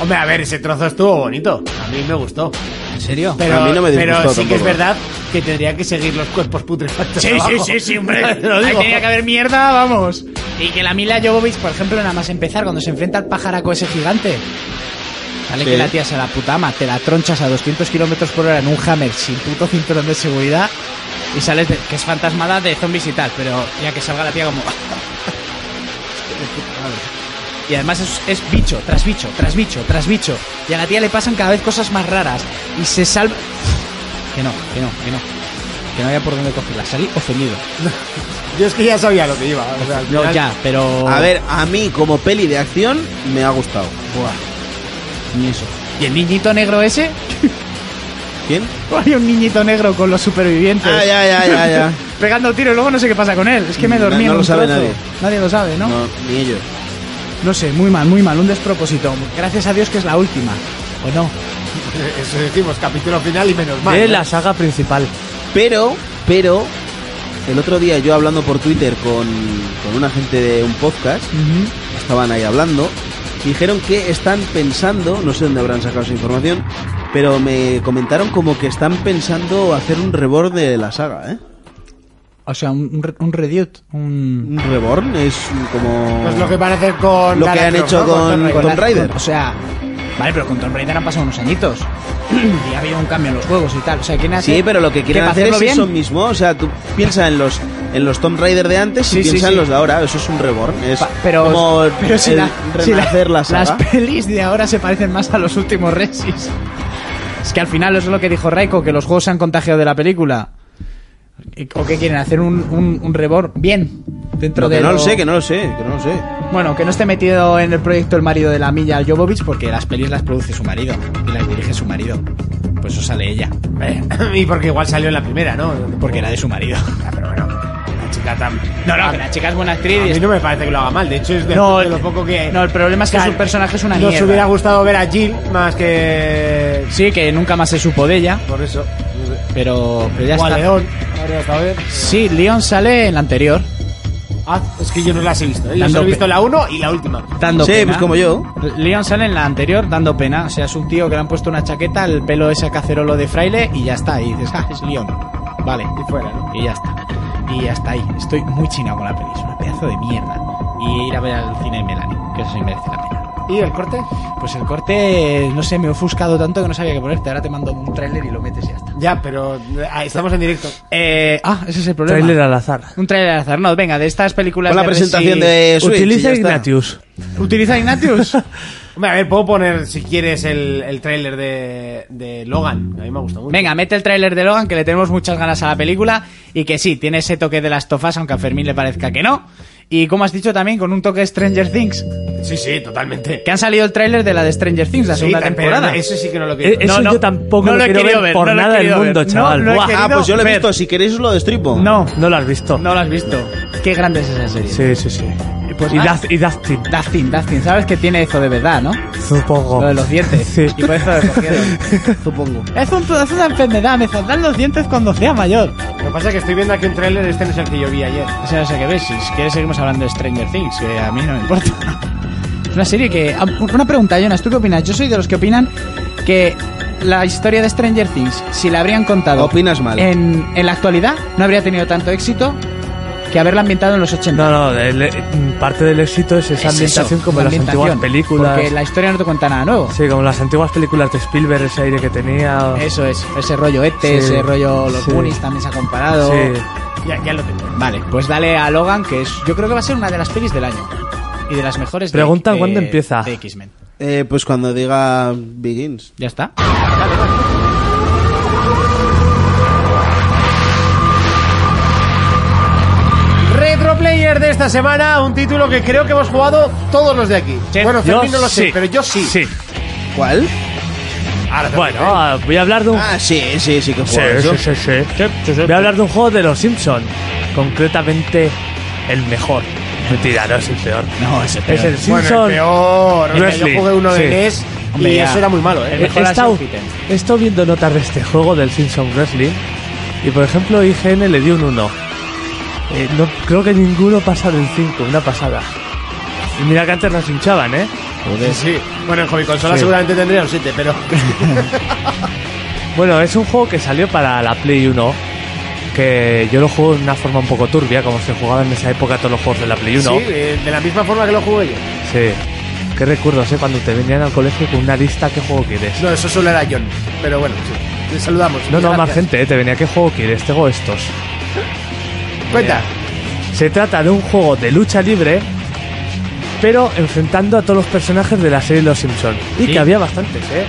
Hombre, a ver, ese trozo estuvo bonito. A mí me gustó.
¿En serio?
Pero,
A mí no me
pero
disgustó
sí que es
tampoco.
verdad que tendría que seguir los cuerpos putrefactos.
Sí, sí,
abajo.
sí, sí, hombre.
Te lo
Ahí
digo.
tenía que haber mierda, vamos. Y que la Mila Jovovich, por ejemplo, nada más empezar, cuando se enfrenta al pajaraco ese gigante. Sale
Sí.
que la tía se la puta ama, te la tronchas a 200 kilómetros por hora en un hammer sin puto cinturón de seguridad y sales de- que es fantasmada de zombies y tal, pero ya que salga la tía como... Y además es, es bicho, tras bicho, tras bicho, tras bicho. Y a la tía le pasan cada vez cosas más raras. Y se salva... Que no, que no, que no. Que no había por dónde cogerla. Salí ofendido.
Yo es que ya sabía lo que iba. o sea, al
No,
final-
ya, pero...
A ver, a mí como peli de acción me ha gustado.
Buah. Ni eso. ¿Y el niñito negro ese?
¿Quién?
Hay un niñito negro con los supervivientes.
Ah, ya, ya, ya, ya.
Pegando tiros, luego no sé qué pasa con él. Es que me
Mm, No-
dormí.
no
en
lo
un
sabe
trozo.
nadie.
Nadie lo sabe, ¿no? ¿no?
No, ni ellos.
sé, muy mal, muy mal. Un despropósito. Gracias a Dios que es la última. ¿O no?
Eso decimos, capítulo final y menos mal.
De
¿no?
la saga principal.
Pero, pero, el otro día yo hablando por Twitter con, con una gente de un podcast, estaban ahí hablando, dijeron que están pensando, no sé dónde habrán sacado esa información, pero me comentaron como que están pensando hacer un reborn de la saga, ¿eh?
O sea, un, un, re- un redut. Un...
Un reborn es como...
Pues lo que van a hacer con...
Lo
Lara
que han
Croft,
hecho
¿no?
con-
Tomb Raider.
Tomb Raider.
O sea... Vale, pero con Tomb Raider han pasado unos añitos. y ha habido un cambio en los juegos y tal. O sea, ¿quién hace?
Sí, pero lo que quieren
para
hacer es
hacerlo
eso
bien?
mismo. O sea, tú piensa en los en los Tomb Raider de antes y
Sí, sí,
piensa en
sí.
los de ahora. Eso es un reborn. Es
Pa- pero
como
pero si
el
la- si la-
renacer la, saga.
las pelis de ahora se parecen más a los últimos Resis. Es que al final eso es lo que dijo Raiko, que los juegos se han contagiado de la película. ¿O qué quieren? ¿Hacer un, un, un reborn bien? Dentro
Lo que
de
no lo sé, que no lo sé, que no lo sé.
Bueno, que no esté metido en el proyecto el marido de la Milla Jovovich porque las pelis las produce su marido y las dirige su marido. Pues eso sale ella, ¿eh?
y porque igual salió en la primera, ¿no?
porque era de su marido.
Ya, pero bueno, la chica tan...
No, no, que la chica es buena
A
actriz y
mí
es-
no me parece que lo haga mal, de hecho es de,
No,
de lo poco que...
no, el problema es que
O sea,
su personaje es una
Nos
mierda.
hubiera gustado ver a Jill más que...
Sí, que nunca más se supo de ella,
Por eso. no sé.
pero, pero ya
o a
está.
León. Ahora hasta ver.
Sí, Leon sale en la anterior.
Ah, es que yo no las he visto. ¿eh? Yo
Dando
solo he
pe-
visto la 1 y la última.
Dando
Sí,
pena.
pues como yo.
Leon sale en la anterior dando pena. O sea, es un tío que le han puesto una chaqueta, el pelo ese cacerolo de fraile y ya está. Y dices, ah, es Leon. Vale.
Y fuera, ¿no?
Y ya está. Y hasta ahí. Estoy muy chinado con la peli. Es un pedazo de mierda. Y ir a ver al cine de Melanie, que eso sí merece la pena.
¿Y el corte?
Pues el corte, no sé, me he ofuscado tanto que no sabía qué ponerte. Ahora te mando un tráiler y lo metes y ya está.
Ya, pero ah, estamos en directo.
Eh, ah, ese es el problema.
Trailer al azar.
Un tráiler al azar. No, venga, de estas películas
Con la
de
presentación
Resi-
de Eh, Switch.
Utiliza
y ya está.
Ignatius.
¿Utiliza Ignatius?
Hombre, a ver, puedo poner, si quieres, el, el tráiler de, de Logan. A mí me gusta mucho.
Venga, mete el tráiler de Logan, que le tenemos muchas ganas a la película y que sí, tiene ese toque de las tofas, aunque a Fermín le parezca que no. Y como has dicho también, con un toque de Stranger Things.
Sí, sí, totalmente.
Que han salido el tráiler de la de Stranger Things, la
Sí,
segunda
pero
temporada.
Eso sí que no lo
Eh,
quiero.
Eso
No, no,
yo tampoco
no
lo
lo he
quiero
querido
ver
ver,
por
no lo he
nada del
querido ver.
mundo,
No,
chaval.
no he
Buah.
querido-
Ah, pues yo lo he
Fer.
visto. Si queréis lo destripo.
No, no lo has visto.
No lo has visto. Qué grande es esa serie.
Sí, sí, sí.
Pues
Y
nada.
Daz- y Dustin.
Dustin, Dustin, sabes que tiene eso de verdad, ¿no?
Supongo.
Lo de los dientes.
Sí.
Y por eso lo cogieron.
Supongo.
Es, un- es una enfermedad, me saldrán los dientes cuando sea mayor.
Lo que pasa es que estoy viendo aquí un trailer, este no es el que yo vi ayer.
O sea, no sé qué ves. Si quieres, seguimos hablando de Stranger Things, que a mí no me importa. Es una serie que. ah, Una pregunta, Jonas, ¿tú qué opinas? Yo soy de los que opinan que la historia de Stranger Things, si la habrían contado.
Opinas mal.
En, en la actualidad, no habría tenido tanto éxito que haberla ambientado en los 80.
No, no, el- eh, parte del éxito es esa
Es
ambientación
eso,
como
la
las
ambientación,
antiguas películas.
Porque la historia no te cuenta nada nuevo.
Sí, como las antiguas películas de Spielberg, ese aire que tenía.
Eso es, ese rollo ET, ese rollo Los
sí.
Goonies también se ha comparado.
Sí.
Ya, ya lo tengo. Vale, pues dale a Logan, que es, yo creo que va a ser una de las pelis del año. Y de las mejores de-
Pregunta
de-
cuándo empieza.
De X-Men.
Eh, pues cuando diga Begins.
Ya está.
Retro Player de esta semana, un título que creo que hemos jugado todos los de aquí. Bueno,
Yo
Fermín no lo sé,
sí.
pero yo sí.
¿Cuál?
Bueno, ah, voy a hablar de un.
Ah, sí, sí, sí que
Sí,
pues
juego eso.
sí, sí, sí. Voy a hablar de un juego de los Simpsons. Concretamente, el mejor. Mentira, no es el peor.
No, Oh, ese
Es el
Bueno,
Simpson.
el peor. Mira,
Wrestling.
yo jugué uno de
Sí.
NES
Hombre,
y
ya.
eso era muy malo, ¿eh?
He
mejor ha sido
estado,
Fiten.
he estado viendo notas de este juego del Simpson Wrestling y por ejemplo IGN le dio un 1. Eh, no, creo que ninguno pasa del 5, una pasada. Y mira que antes nos hinchaban, ¿eh?
Sí, sí. Bueno, en hobby consola
Sí.
seguramente tendría un 7, pero
Bueno, es un juego que salió para la Play 1, que yo lo juego de una forma un poco turbia, como se jugaba en esa época todos los juegos de la Play 1.
sí, eh, de la misma forma que lo jugué yo.
Sí. Qué recuerdos, ¿eh? Cuando te venían al colegio con una lista, ¿qué juego quieres?
No, eso solo era John, pero bueno, sí. Le saludamos.
No, no, más
Gracias.
gente, ¿eh? Te venía, ¿qué juego quieres? Tengo estos.
Cuenta.
Se trata de un juego de lucha libre, pero enfrentando a todos los personajes de la serie Los Simpsons. Y que había bastantes, ¿eh?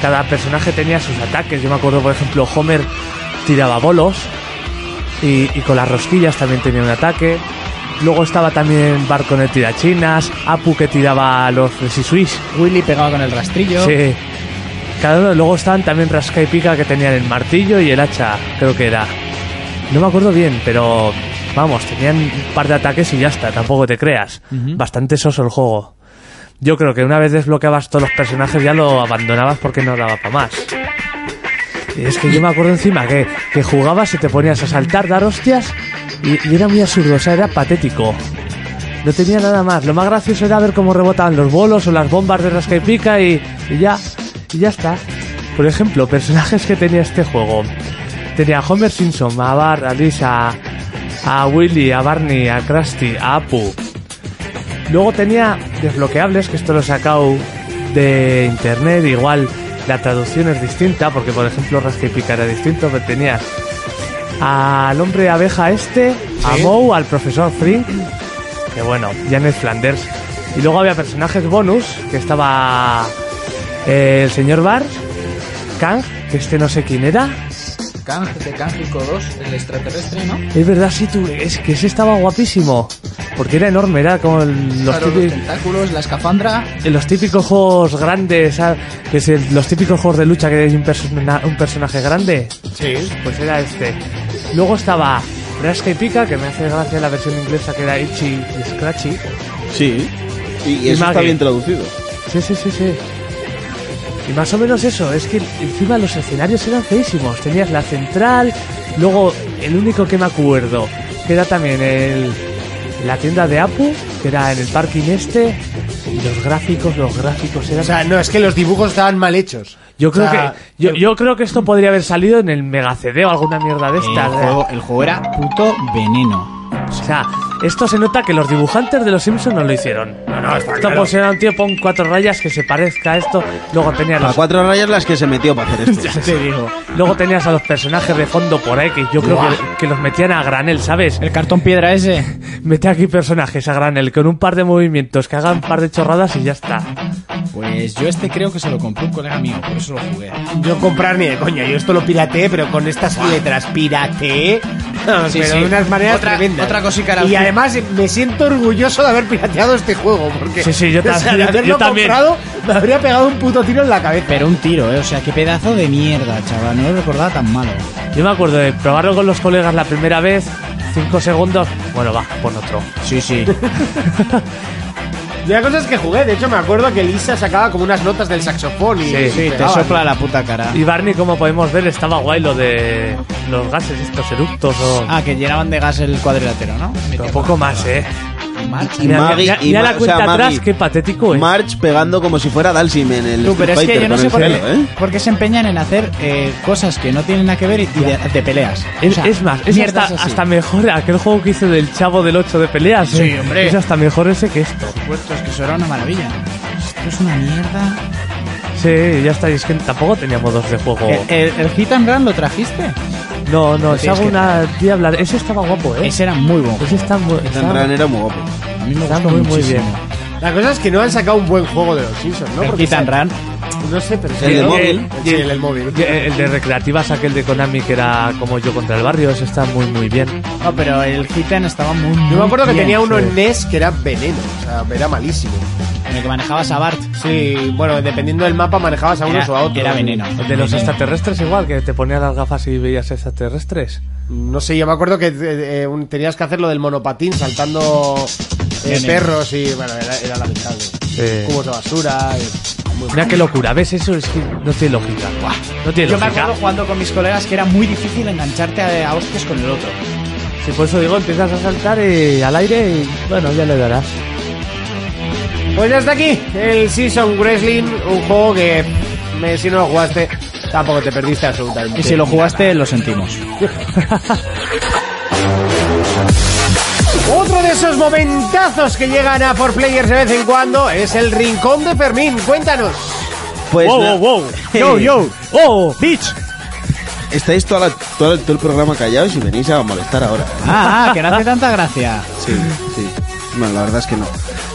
Cada personaje tenía sus ataques. Yo me acuerdo, por ejemplo, Homer tiraba bolos y, y con las rosquillas también tenía un ataque. Luego estaba también Bart con el tirachinas, Apu que tiraba los Swiss.
Willy pegaba con el rastrillo. Eh,
Sí. Cada uno, luego estaban también Rasca y Pica que tenían el martillo y el hacha, creo que era. No me acuerdo bien, pero vamos, tenían un par de ataques y ya está, tampoco te creas. Bastante soso el juego. Yo creo que una vez desbloqueabas todos los personajes ya lo abandonabas porque no daba para más. Y es que yo me acuerdo encima que, que jugabas y te ponías a saltar, dar hostias y, y era muy absurdo, o sea, era patético. No tenía nada más. Lo más gracioso era ver cómo rebotaban los bolos o las bombas de rasca y pica y, y ya. Y ya está. Por ejemplo, personajes que tenía este juego. Tenía a Homer Simpson, a Bart, a Lisa, a Willy, a Barney, a Krusty, a Apu. Luego tenía desbloqueables, que esto lo he sacado de internet. Igual la traducción es distinta, porque por ejemplo rasca y pica era distinto, pero tenías al hombre abeja este, a Moe, al profesor Frink que bueno, Janet Flanders. Y luego había personajes bonus, que estaba eh, el señor Bar, Kang, que este no sé quién era.
Canje, Cángico 2, el extraterrestre, ¿no?
Es verdad, sí, tú, es que ese estaba guapísimo, porque era enorme, era como el- los,
Claro, los
típicos,
tentáculos, la escafandra.
los típicos juegos grandes, ah, que es el- los típicos juegos de lucha que hay un, persona- un personaje grande.
Sí.
Pues era este. Luego estaba Rasca y Pica, que me hace gracia la versión inglesa que era Itchy y Scratchy.
Sí. Y, y eso está
Maggie.
bien traducido.
Sí, sí, sí, sí. Y más o menos eso, es que encima los escenarios eran feísimos. Tenías la central, luego el único que me acuerdo, que era también el, la tienda de Apu, que era en el parking este, y los gráficos, los gráficos eran...
O sea, no, es que los dibujos estaban mal hechos.
yo
O
creo
sea,
que yo, yo creo que esto podría haber salido en el Mega CD o alguna mierda de
El
estas. ¿eh?
juego, el juego era puto veneno.
O sea, esto se nota que los dibujantes de los Simpsons no lo hicieron. No, no, está Esto pues era un tío con cuatro rayas que se parezca a esto, luego tenía
A
los
cuatro rayas las que se metió para hacer esto.
Ya te digo. Luego tenías a los personajes de fondo por ahí, que yo creo que, que los metían a granel, ¿sabes?
El cartón piedra ese.
Mete aquí personajes a granel con un par de movimientos, que hagan un par de chorradas y ya está.
Pues yo este creo que se lo compró un colega mío, por eso lo jugué.
Yo comprar ni de coña, yo esto lo pirateé, pero con estas letras pirateé. Vamos,
Sí,
pero
sí.
de unas maneras
Otra-
tremendas.
otra cosica era-
Y además eh, me siento orgulloso de haber pirateado este juego, porque
Sí, sí, yo
o sea,
también,
de
yo-
haberlo
yo también.
comprado me habría pegado un puto tiro en la cabeza.
Pero un tiro, ¿eh? O sea, qué pedazo de mierda, chaval. No lo recordaba tan malo.
Yo me acuerdo de probarlo con los colegas la primera vez cinco segundos. Bueno, va, pon otro.
Sí, sí.
Yo hay cosas que jugué, de hecho me acuerdo que Lisa sacaba como unas notas del saxofón y
Sí,
Sí, te
pegaba,
sopla la puta cara.
Y Barney, como podemos ver, estaba guay lo de los gases, estos eructos o.
Ah, que llenaban de gas el cuadrilátero, ¿no?
Pero poco más, eh.
Y
Mira,
Maggie-
mira,
y
mira la
Ma- o sea,
cuenta atrás,
Maggie.
qué patético es.
March pegando como si fuera Dalsim en el
Tú, pero
Street
es que
Fighter
yo no
con
sé
el
por qué,
celo, ¿eh?
por qué se empeñan en hacer eh, cosas que no tienen nada que ver y de, de peleas.
Es,
O sea,
es más, es hasta,
mierdas así.
hasta mejor aquel juego que hice del Chavo del 8 de peleas.
Sí,
eh.
hombre.
Es hasta mejor ese que esto.
Por supuesto, es que eso era una maravilla. Esto es una mierda.
Sí, ya está. y Es que tampoco tenía modos de juego.
¿El, Eh, el, el Hit and Run lo trajiste?
no, no,
lo
si
tienes
hago
que
una tía hablar. Ese estaba guapo, eh.
Ese era muy bueno.
Ese está muy. está-
Dan Ran era muy guapo.
A mí me
está
gustó
muy, muy
muchísimo.
bien.
La cosa es que no han sacado un buen juego de los Simpsons, ¿no?
El
Porque
Hit and
sa-
Run.
No sé, pero
El de
sí,
móvil.
Sí, el del móvil.
Y El de recreativas, aquel de Konami que era como yo contra el barrio, ese está muy muy bien.
No, pero el Hit and estaba muy
Yo me
muy
acuerdo que
bien.
tenía uno
sí.
en NES que era veneno, o sea, era malísimo.
En el que manejabas a Bart.
Sí, bueno, dependiendo del mapa manejabas a unos
Era-
o a otros.
era veneno.
El de los extraterrestres igual, que te ponían las gafas y veías extraterrestres.
No sé, yo me acuerdo que eh, eh, un- tenías que hacer lo del monopatín saltando eh,
Veneno.
perros y bueno, era, era lamentable.
Sí.
Cubos de basura. y- muy-
Eh, Mira qué locura, ¿ves? Eso es que no tiene lógica. Buah, no tiene
Yo me
lógica.
acuerdo jugando con mis colegas que era muy difícil engancharte a, a hostias con el otro.
Si por eso digo, empiezas a saltar eh, al aire y bueno, ya le darás.
Pues ya está aquí el Season Wrestling, un juego que me- si no lo jugaste tampoco te perdiste absolutamente.
Y si lo jugaste, lo sentimos.
Otro de esos momentazos que llegan a 4Players de vez en cuando es el Rincón de Fermín. Cuéntanos.
Pues
wow,
na-
wow, wow.
Yo, yo.
¡Oh, bitch!
Estáis toda la- todo, el- todo el programa callados y venís a molestar ahora. ¿eh?
Ah, ah, que no hace tanta gracia.
Sí, sí. Bueno, la verdad es que no.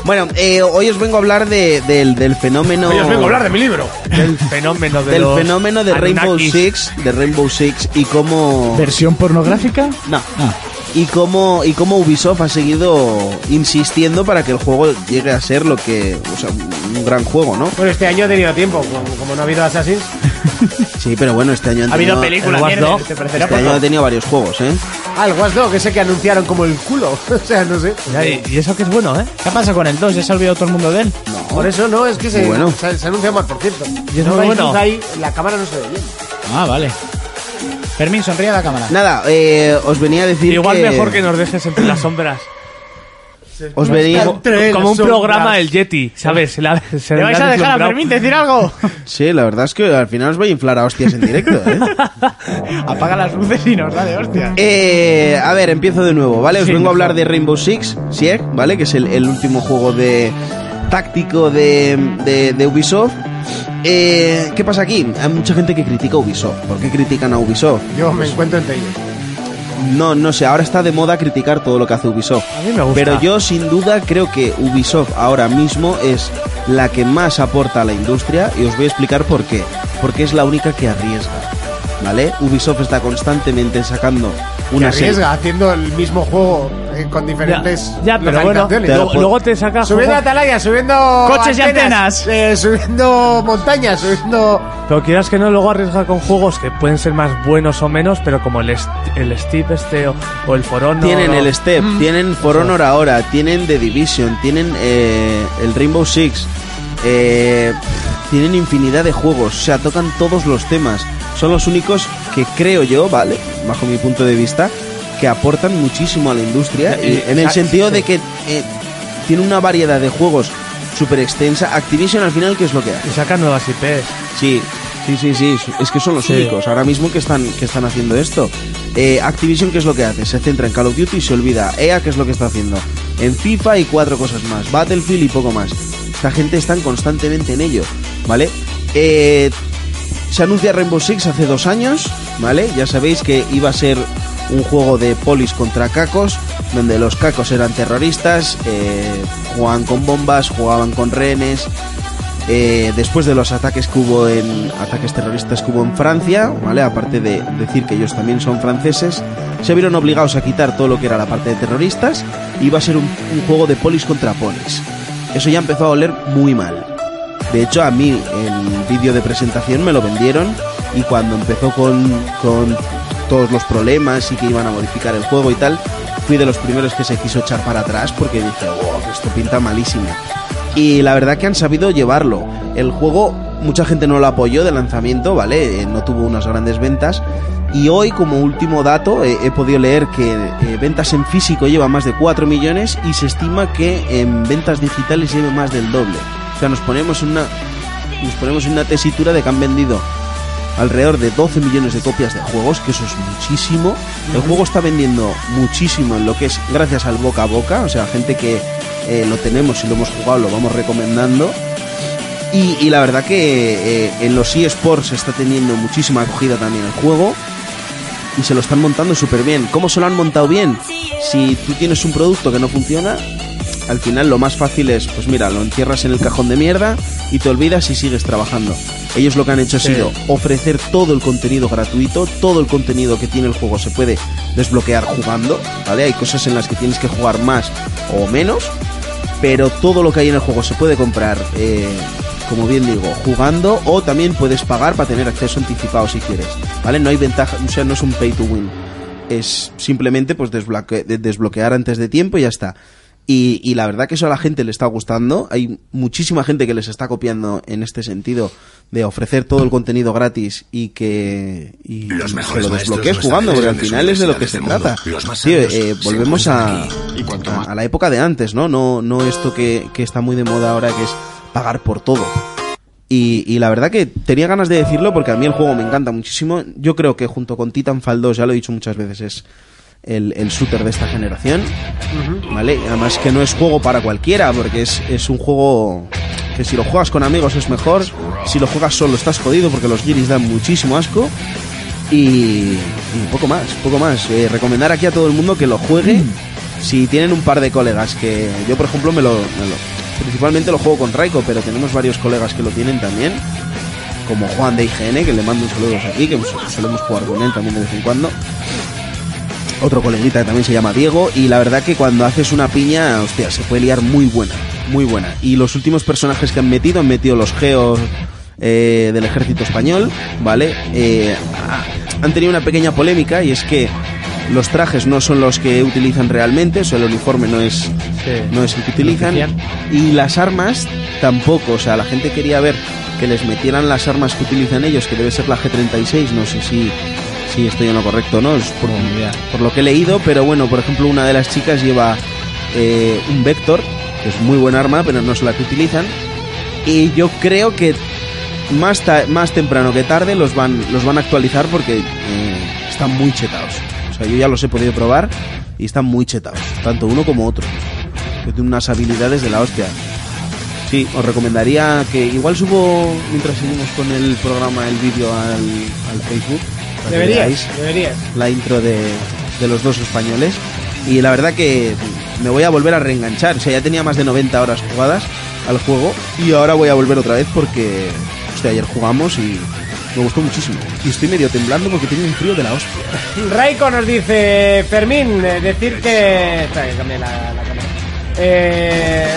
Bueno, eh, hoy os vengo a hablar de- del, del fenómeno...
de mi libro. Del fenómeno de
del
los
fenómeno de Rainbow
Anunnakis.
Six, de Rainbow Six y cómo
¿Versión pornográfica? Ah.
no. y cómo y cómo Ubisoft ha seguido insistiendo para que el juego llegue a ser lo que, o sea, un gran juego, ¿no?
Bueno, este año he tenido tiempo, como, como no ha habido Assassin's.
Sí, pero bueno, este año han
Ha habido
tenido-
película,
el Watch
mierda.
Dogs.
¿te parecerá
Este
poco?
año ha tenido varios juegos, ¿eh?
Ah, el Watch Dog, ese que anunciaron como el culo. O sea, no sé.
Ya, y- Y eso que es bueno, ¿eh?
¿Qué pasa con el 2? ¿Ya se ha olvidado todo el mundo de él?
Por eso no, es que se,
Bueno.
se, se anuncia más, por cierto.
es
no
muy
veis
bueno.
luz ahí, la cámara no se ve bien.
Ah, vale. Fermín, sonríe a la cámara.
Nada, eh, os venía a decir
Igual
que
mejor que nos dejes entre las sombras.
os venía
Entre
Como un
las sombras.
programa el Yeti, ¿sabes? Se la- se
¿Le
la
vais a dejar
han
a
deslumbrado.
Fermín decir algo?
Sí, la verdad es que al final os voy a inflar a hostias en directo, ¿eh?
Apaga las luces y nos da de hostia.
Eh, a ver, empiezo de nuevo, ¿vale? Os vengo a hablar de Rainbow Six, Siege, ¿vale? Que es el, el último juego de táctico de, de- de Ubisoft. Eh, ¿Qué pasa aquí? Hay mucha gente que critica a Ubisoft. ¿Por qué critican a Ubisoft?
Yo me encuentro entre ellos.
No, no sé, ahora está de moda criticar todo lo que hace Ubisoft.
A mí me gusta.
Pero yo sin duda creo que Ubisoft ahora mismo es la que más aporta a la industria y os voy a explicar por qué. Porque es la única que arriesga. ¿Vale? Ubisoft está constantemente sacando una
Una
serie.
arriesga haciendo el mismo juego eh, con diferentes.
Ya, ya, pero bueno,
localizaciones.
luego, luego te saca
Subiendo
juego-
atalaya, subiendo.
Coches y antenas.
eh, subiendo montañas, subiendo.
Pero quieras que no, luego arriesga con juegos que pueden ser más buenos o menos, pero como el, est- el Steve este o, o el Forono.
Tienen
o-
el Step, tienen For Honor ahora, tienen The Division, tienen eh, el Rainbow Six, eh, tienen infinidad de juegos, o sea, tocan todos los temas. Son los únicos que creo yo, vale, bajo mi punto de vista, que aportan muchísimo a la industria, y- en el sentido de que eh, tiene una variedad de juegos súper extensa. Activision al final, ¿qué es lo que hace?
Y sacan nuevas IPs.
Sí, sí, sí, sí. Es que son los
Sí.
únicos ahora mismo que están, que están haciendo esto. Eh, Activision, ¿qué es lo que hace? Se centra en Call of Duty y se olvida. EA, ¿qué es lo que está haciendo? En FIFA y cuatro cosas más. Battlefield y poco más. Esta gente están constantemente en ello, ¿vale? Eh, se anuncia Rainbow Six hace dos años, ¿vale? Ya sabéis que iba a ser un juego de polis contra cacos, donde los cacos eran terroristas, eh, jugaban con bombas, jugaban con rehenes. eh, después de los ataques que hubo en ataques terroristas que hubo en Francia, ¿vale? Aparte de decir que ellos también son franceses, se vieron obligados a quitar todo lo que era la parte de terroristas y iba a ser un, un juego de polis contra polis. Eso ya empezó a oler muy mal. De hecho, a mí el vídeo de presentación me lo vendieron y cuando empezó con, con todos los problemas y que iban a modificar el juego y tal, fui de los primeros que se quiso echar para atrás porque dije, wow, que esto pinta malísimo. Y la verdad que han sabido llevarlo. El juego, mucha gente no lo apoyó de lanzamiento, ¿vale? Eh, No tuvo unas grandes ventas. Y hoy, como último dato, eh, he podido leer que eh, ventas en físico lleva más de 4 millones y se estima que en ventas digitales lleve más del doble. O sea, nos ponemos en una, nos ponemos en una tesitura de que han vendido alrededor de 12 millones de copias de juegos, que eso es muchísimo. El juego está vendiendo muchísimo en lo que es gracias al boca a boca, o sea, gente que eh, lo tenemos y lo hemos jugado, lo vamos recomendando. Y, y la verdad que eh, en los eSports está teniendo muchísima acogida también el juego y se lo están montando súper bien. ¿Cómo se lo han montado bien? Si tú tienes un producto que no funciona, al final lo más fácil es, pues mira, lo encierras en el cajón de mierda y te olvidas y sigues trabajando. Ellos lo que han hecho ha sido ofrecer todo el contenido gratuito, todo el contenido que tiene el juego se puede desbloquear jugando, ¿vale? Hay cosas en las que tienes que jugar más o menos, pero todo lo que hay en el juego se puede comprar, eh, como bien digo, jugando o también puedes pagar para tener acceso anticipado si quieres, ¿vale? No hay ventaja, o sea, no es un pay to win. Es simplemente pues desbloque- de- desbloquear antes de tiempo y ya está. Y, y la verdad que eso a la gente le está gustando. Hay muchísima gente que les está copiando en este sentido de ofrecer todo el contenido gratis y que y
Los
que
mejores
lo
maestros
desbloquees
no están
jugando,
en
porque al
grandes
final es de lo que se trata.
universidades del este mundo. Los más
Tío,
sabios
eh,
se
volvemos
encuentran
a,
aquí. Y cuanto
a-
más-
a la época de antes, ¿no? No, no esto que, que está muy de moda ahora, que es pagar por todo. Y, y la verdad que tenía ganas de decirlo porque a mí el juego me encanta muchísimo. Yo creo que junto con Titanfall 2, ya lo he dicho muchas veces, es el, el shooter de esta generación. ¿Vale? Además que no es juego para cualquiera porque es, es un juego que si lo juegas con amigos es mejor. Si lo juegas solo estás jodido porque los giris dan muchísimo asco. Y, y poco más, poco más. Eh, recomendar aquí a todo el mundo que lo juegue. Si tienen un par de colegas que yo, por ejemplo, me lo, me lo- principalmente lo juego con Raiko, pero tenemos varios colegas que lo tienen también. Como Juan de IGN, que le mando un saludo aquí, que su- solemos jugar con él también de vez en cuando. Otro coleguita que también se llama Diego. Y la verdad que cuando haces una piña, hostia, se puede liar muy buena, muy buena. Y los últimos personajes que han metido, han metido los geos eh, del ejército español, ¿vale? Eh, ha- han tenido una pequeña polémica y es que los trajes no son los que utilizan realmente, o sea, el uniforme no es, no es el que utilizan. Y las armas tampoco, o sea, la gente quería ver que les metieran las armas que utilizan ellos, que debe ser la G36, no sé si, si estoy en lo correcto o no, es por, por lo que he leído, pero bueno, por ejemplo, una de las chicas lleva eh, un Vector, que es muy buen arma, pero no es la que utilizan. Y yo creo que más, ta- más temprano que tarde los van, los van a actualizar porque eh, están muy chetados. O sea, yo ya los he podido probar y están muy chetados, tanto uno como otro. Que tienen unas habilidades de la hostia. Sí, os recomendaría que igual subo mientras seguimos con el programa el vídeo al, al Facebook. para que veáis
Deberías, deberías.
la intro de, de los dos españoles. Y la verdad que me voy a volver a reenganchar. O sea, ya tenía más de 90 horas jugadas al juego. Y ahora voy a volver otra vez porque hostia, ayer jugamos y me gustó muchísimo. Y estoy medio temblando porque tengo un frío de la hostia.
Raiko nos dice, Fermín, eh, decir que... Espera, que cambie la, la cámara. Eh,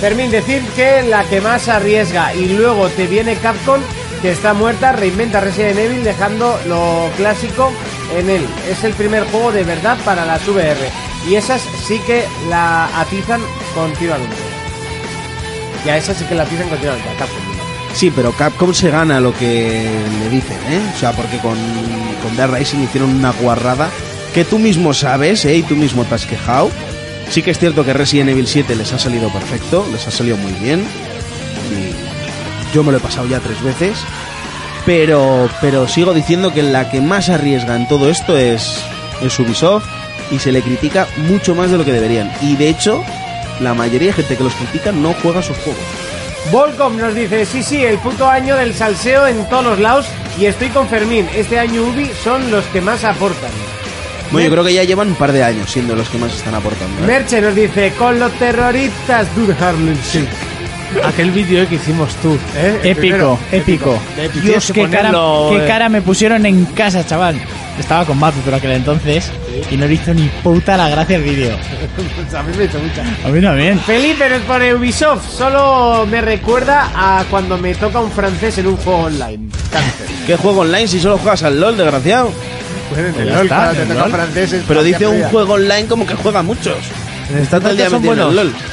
Fermín, decir que la que más arriesga y luego te viene Capcom, que está muerta, reinventa Resident Evil dejando lo clásico en él. Es el primer juego de verdad para las VR. Y esas sí que la atizan continuamente. Y a esas sí que la atizan continuamente, a Capcom.
Sí, pero Capcom se gana lo que le dicen, ¿eh? O sea, porque con, con Dead Rising hicieron una guarrada que tú mismo sabes, ¿eh? Y tú mismo te has quejado. Sí que es cierto que Resident Evil 7 les ha salido perfecto, les ha salido muy bien. Y yo me lo he pasado ya tres veces. Pero, pero sigo diciendo que la que más arriesga en todo esto es, es Ubisoft y se le critica mucho más de lo que deberían. Y de hecho, la mayoría de gente que los critica no juega sus juegos.
Volcom nos dice, sí, sí, el puto año del salseo en todos los lados y estoy con Fermín, este año Ubi son los que más aportan.
Bueno, yo creo que ya llevan un par de años siendo los que más están aportando. ¿eh?
Merche nos dice, con los terroristas, dude Harlem Shake.
Aquel vídeo que hicimos tú.
¿Eh? El
Épico,
primero.
épico.
Épico. Tienes
Dios,
que
qué cara,
ponerlo,
qué
eh.
cara me pusieron en casa, chaval. Estaba con Mapu, pero aquel entonces. Y no le hizo ni puta la gracia el vídeo.
A mí me hizo mucha.
A mí también.
Felipe nos pone Ubisoft, solo me recuerda a cuando me toca un francés en un juego online.
¿Qué juego online si solo juegas al LOL, desgraciado?
Bueno, en el
Ya
LOL,
está,
claro,
en
te
el
tocan
LOL.
franceses.
Pero dice un
Francia
juego online como que juega muchos.
En
Está todo el día
son
metido en
buenos.
el LOL.
fría.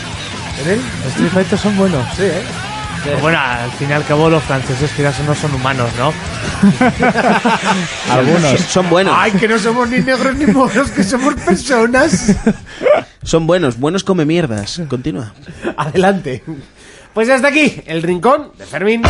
¿En él?
Los Street Fighter son buenos.
Sí, ¿eh?
Pero bueno, al fin y al cabo los franceses quizás no son humanos, ¿no?
Algunos. Son buenos.
Ay, que no somos ni negros ni moros, que somos personas.
Son buenos. Buenos come mierdas. Continúa.
Adelante. Pues hasta aquí, el rincón de Fermín.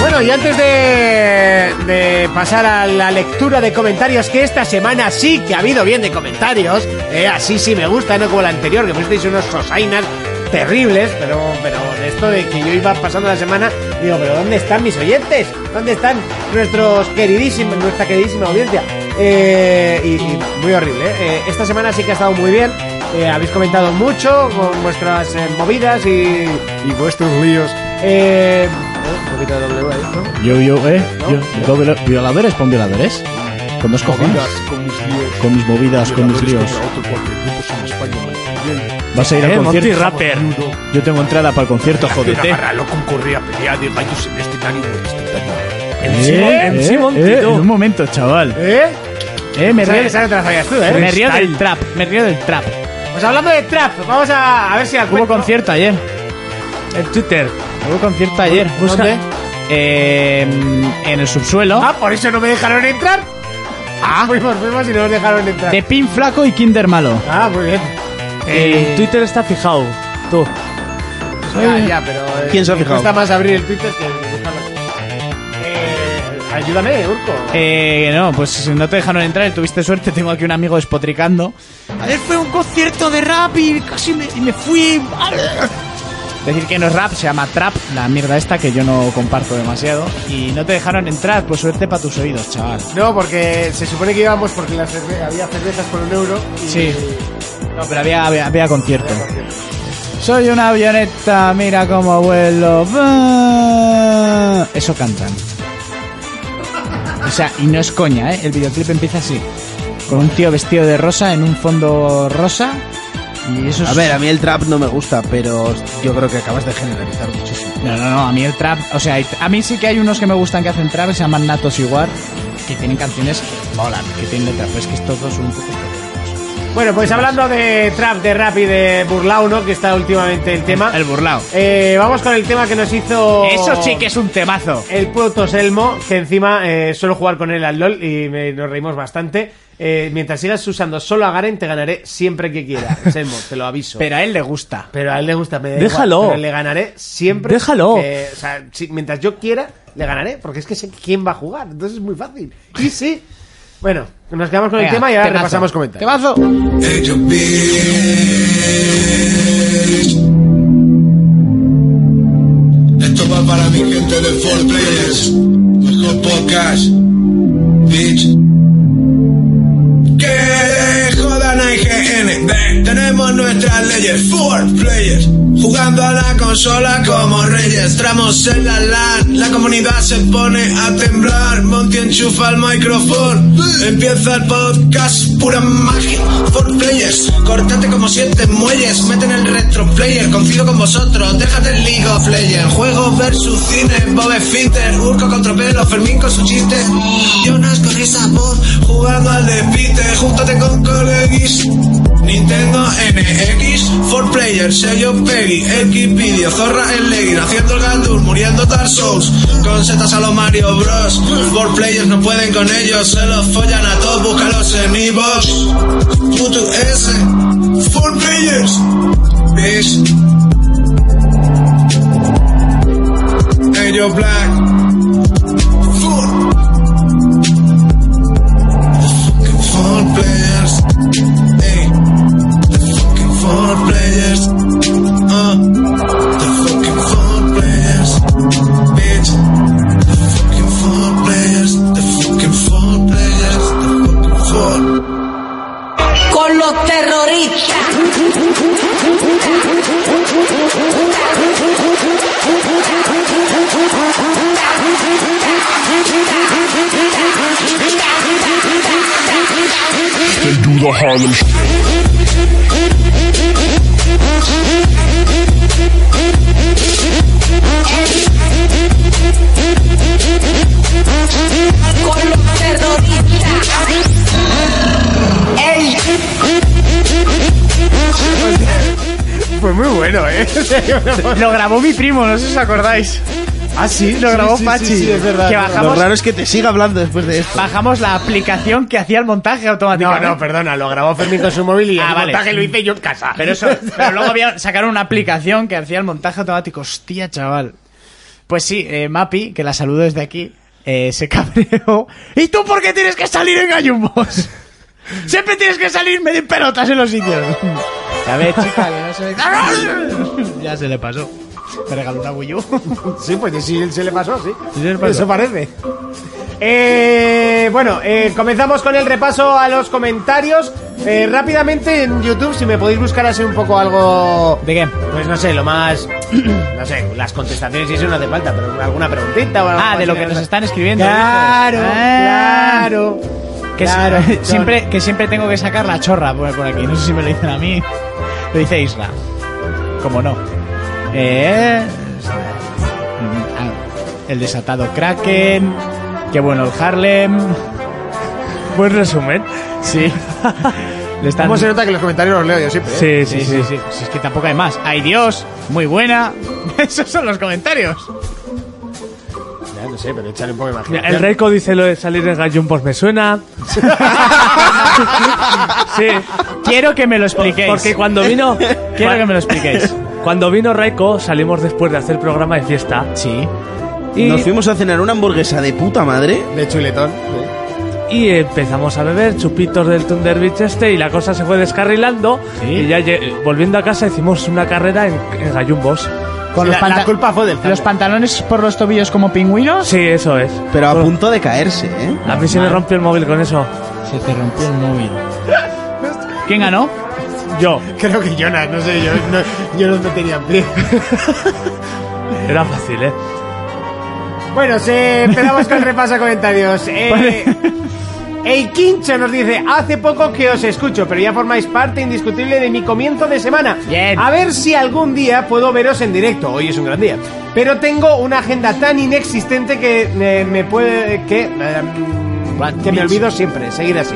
Bueno, y antes de, de pasar a la lectura de comentarios, que esta semana sí que ha habido bien de comentarios, eh, así sí me gusta, no como la anterior, que fuisteis unos sosainas terribles, pero, pero de esto de que yo iba pasando la semana, digo, pero ¿dónde están mis oyentes? ¿Dónde están nuestros queridísimos, nuestra queridísima audiencia? Eh, y, y muy horrible, ¿eh? Eh, Esta semana sí que ha estado muy bien, eh, habéis comentado mucho con vuestras eh, movidas y, y vuestros líos. Eh, un poquito de doble ahí, ¿no?
Yo, yo, eh.
¿No?
Yo, yo viola- violadores con violadores. Con dos cojones. Con mis movidas, con mis líos. Vas a ir al
Eh, Monty
concierto.
Rapper.
Yo tengo entrada para el concierto, jodete.
Eh, MC Monty,
eh,
tú.
en un momento, chaval.
¿Eh?
Eh, me río,
Esa no te la sabías tú, ¿eh?
me río del trap. Me río del trap.
Pues hablando de trap, vamos a, a ver si al
Hubo
cuento-
concierto ayer.
En Twitter.
Hubo concierto ayer.
Busca-
¿Dónde? Eh, en el subsuelo.
Ah, por eso no me dejaron entrar. Ah, fuimos, fuimos y no nos dejaron entrar.
De Pin Flaco y Kinder Malo.
Ah, muy bien.
Eh, Twitter está fijado. Tú.
Ya, ya, pero. eh,
¿Quién se ha
me
fijado?
Cuesta más abrir el Twitter que buscarlo. Eh, ayúdame, Urco.
Eh, no, pues si no te dejaron entrar, tuviste suerte, tengo aquí un amigo despotricando. Ayer fue un concierto de rap y casi me, y me fui. Decir que no es rap, se llama trap, la mierda esta que yo no comparto demasiado. Y no te dejaron entrar, pues suerte para tus oídos, chaval.
No, porque se supone que íbamos porque las cerve- había cervezas por un euro. Y
Sí. No, pero había, había, había concierto. Soy una avioneta, mira cómo vuelo. va. Eso cantan. O sea, y no es coña, ¿eh? El videoclip empieza así. Con un tío vestido de rosa en un fondo rosa. Y eso es...
A ver, a mí el trap no me gusta, pero yo creo que acabas de generalizar muchísimo.
No, no, no, a mí el trap... O sea, hay- a mí sí que hay unos que me gustan que hacen trap, que se llaman Natos Iguar, que tienen canciones que molan, que tienen letra. Pero es que estos dos son un poco... especiales.
Bueno, pues hablando de trap, de rap y de burlao, ¿no? Que está últimamente el tema. Oh.
El burlao.
Eh, vamos con el tema que nos hizo.
Eso sí que es un temazo.
El puto Selmo, que encima eh, suelo jugar con él al LOL y me- nos reímos bastante. Eh, mientras sigas usando solo a Garen, te ganaré siempre que quiera. Selmo, te lo aviso.
Pero a él le gusta.
Pero a él le gusta, me da
Déjalo.
igual, pero le ganaré siempre.
Déjalo.
que- o sea, si- mientras yo quiera, le ganaré, porque es que sé quién va a jugar. Entonces es muy fácil. Y sí. Bueno, nos quedamos con el tema y ahora repasamos comentarios.
Temazo.
Esto va para mi gente de Four Players. Mejor podcast. Bitch. Que jodan a IGN. Ve, tenemos nuestras leyes. Four Players. Jugando a la consola como reyes. Tramos en la LAN. La comunidad se pone a temblar. Monty enchufa el micrófono. Empieza el podcast. Pura magia. Four Players. Cortate como siete muelles. Meten el retro player. Confío con vosotros. Déjate el League of Legends. Juegos versus cine. Bob Fitter. Urco con tropelo. Fermín con su chiste. Jonas con esa voz. Jugando al despite. Júntate con colegis. Nintendo NX, 4 Players, sello Peggy, Xvideo, Zorra en Legging, haciendo el Galdur, muriendo Dark Souls, con setas a los Mario Bros. 4 Players no pueden con ellos, se los follan a todos, búscalos en Evox. Puto S, 4 Players, ¿ves? Ellos Black, 4 Four Players. Hey, the fucking four players. Uh, the fucking four players. Bitch, the fucking four players. The fucking four players. The fucking four.
con los terroristas.
Harlem.
Con los terroristas. El
Fue muy bueno, ¿eh? Lo grabó mi primo, no sé si os acordáis. Ah, sí, lo grabó Pachi. Que
Lo
bajamos,
raro es que te siga hablando después de esto.
bajamos la aplicación que hacía el montaje
No,
automáticamente.
no, perdona, lo grabó Fermín con su móvil y
Ah,
el
vale.
montaje lo hice yo en casa.
Pero, eso, pero luego había, sacaron una aplicación que hacía el montaje automático. Hostia, chaval. Pues sí, eh, Mapi, que la saludo desde aquí, eh, se cabreó. ¿Y tú por qué tienes que salir en gallumbos? Siempre tienes que salir medio pelotas en los sitios. A ver, chica, que no se me- Ya se le pasó. Me regaló una Wii U.
Sí, pues sí, se le pasó, sí.
se le pasó.
Eso parece. Eh, bueno, eh, comenzamos con el repaso a los comentarios. Eh, rápidamente en YouTube, si me podéis buscar así un poco algo...
¿De qué?
Pues no sé, lo más... No sé, las contestaciones y eso no hace falta, pero alguna preguntita o algo
Ah, de
así,
lo
no
que nos
sé.
están escribiendo.
Claro,
dices. Ah.
claro.
Que,
claro,
si-
son-
siempre, que siempre tengo que sacar la chorra por, por aquí. No sé si me lo dicen a mí. Lo dice Isra. Como no. Eh, ah, el desatado Kraken. Qué bueno el Harlem.
Buen resumen.
Sí. Le están...
¿Cómo se nota que los comentarios los leo yo siempre? eh?
Sí, sí, sí.
Sí, sí, sí. Si es que tampoco hay más. ¡Ay Dios! ¡Muy buena! Esos son los comentarios.
Ya, no sé, pero échale un poco de
Mira,
imaginación.
El Reiko dice lo de salir en gallumbos me suena. sí.
Quiero que me lo expliquéis.
Porque cuando vino.
Quiero que me lo expliquéis.
Cuando vino Reiko, salimos después de hacer programa de fiesta.
Sí.
Y,
Nos fuimos a cenar una hamburguesa de puta madre.
De chuletón. sí.
y empezamos a beber chupitos del Thunder Beach este y la cosa se fue descarrilando.
Sí.
Y ya lle- volviendo a casa hicimos una carrera en, en gallumbos.
Con los
La- la
panta-
culpa fue del
¿Los
Thunder.
pantalones por los tobillos como pingüinos?
Sí, eso es.
Pero a punto de caerse, ¿eh?
A mí se me rompió el móvil con eso.
Se te rompió el móvil. ¿Quién ganó?
Yo.
Creo que Jonas, no sé, yo no, yo no me tenía en pie.
Era fácil, ¿eh?
Bueno, se empezamos con el repaso de comentarios. Eh, el Quincho nos dice, hace poco que os escucho, pero ya formáis parte indiscutible de mi comienzo de semana.
Bien.
A ver si algún día puedo veros en directo. Hoy es un gran día. Pero tengo una agenda tan inexistente que eh, me puede... que... eh, que me olvido siempre. Seguir así.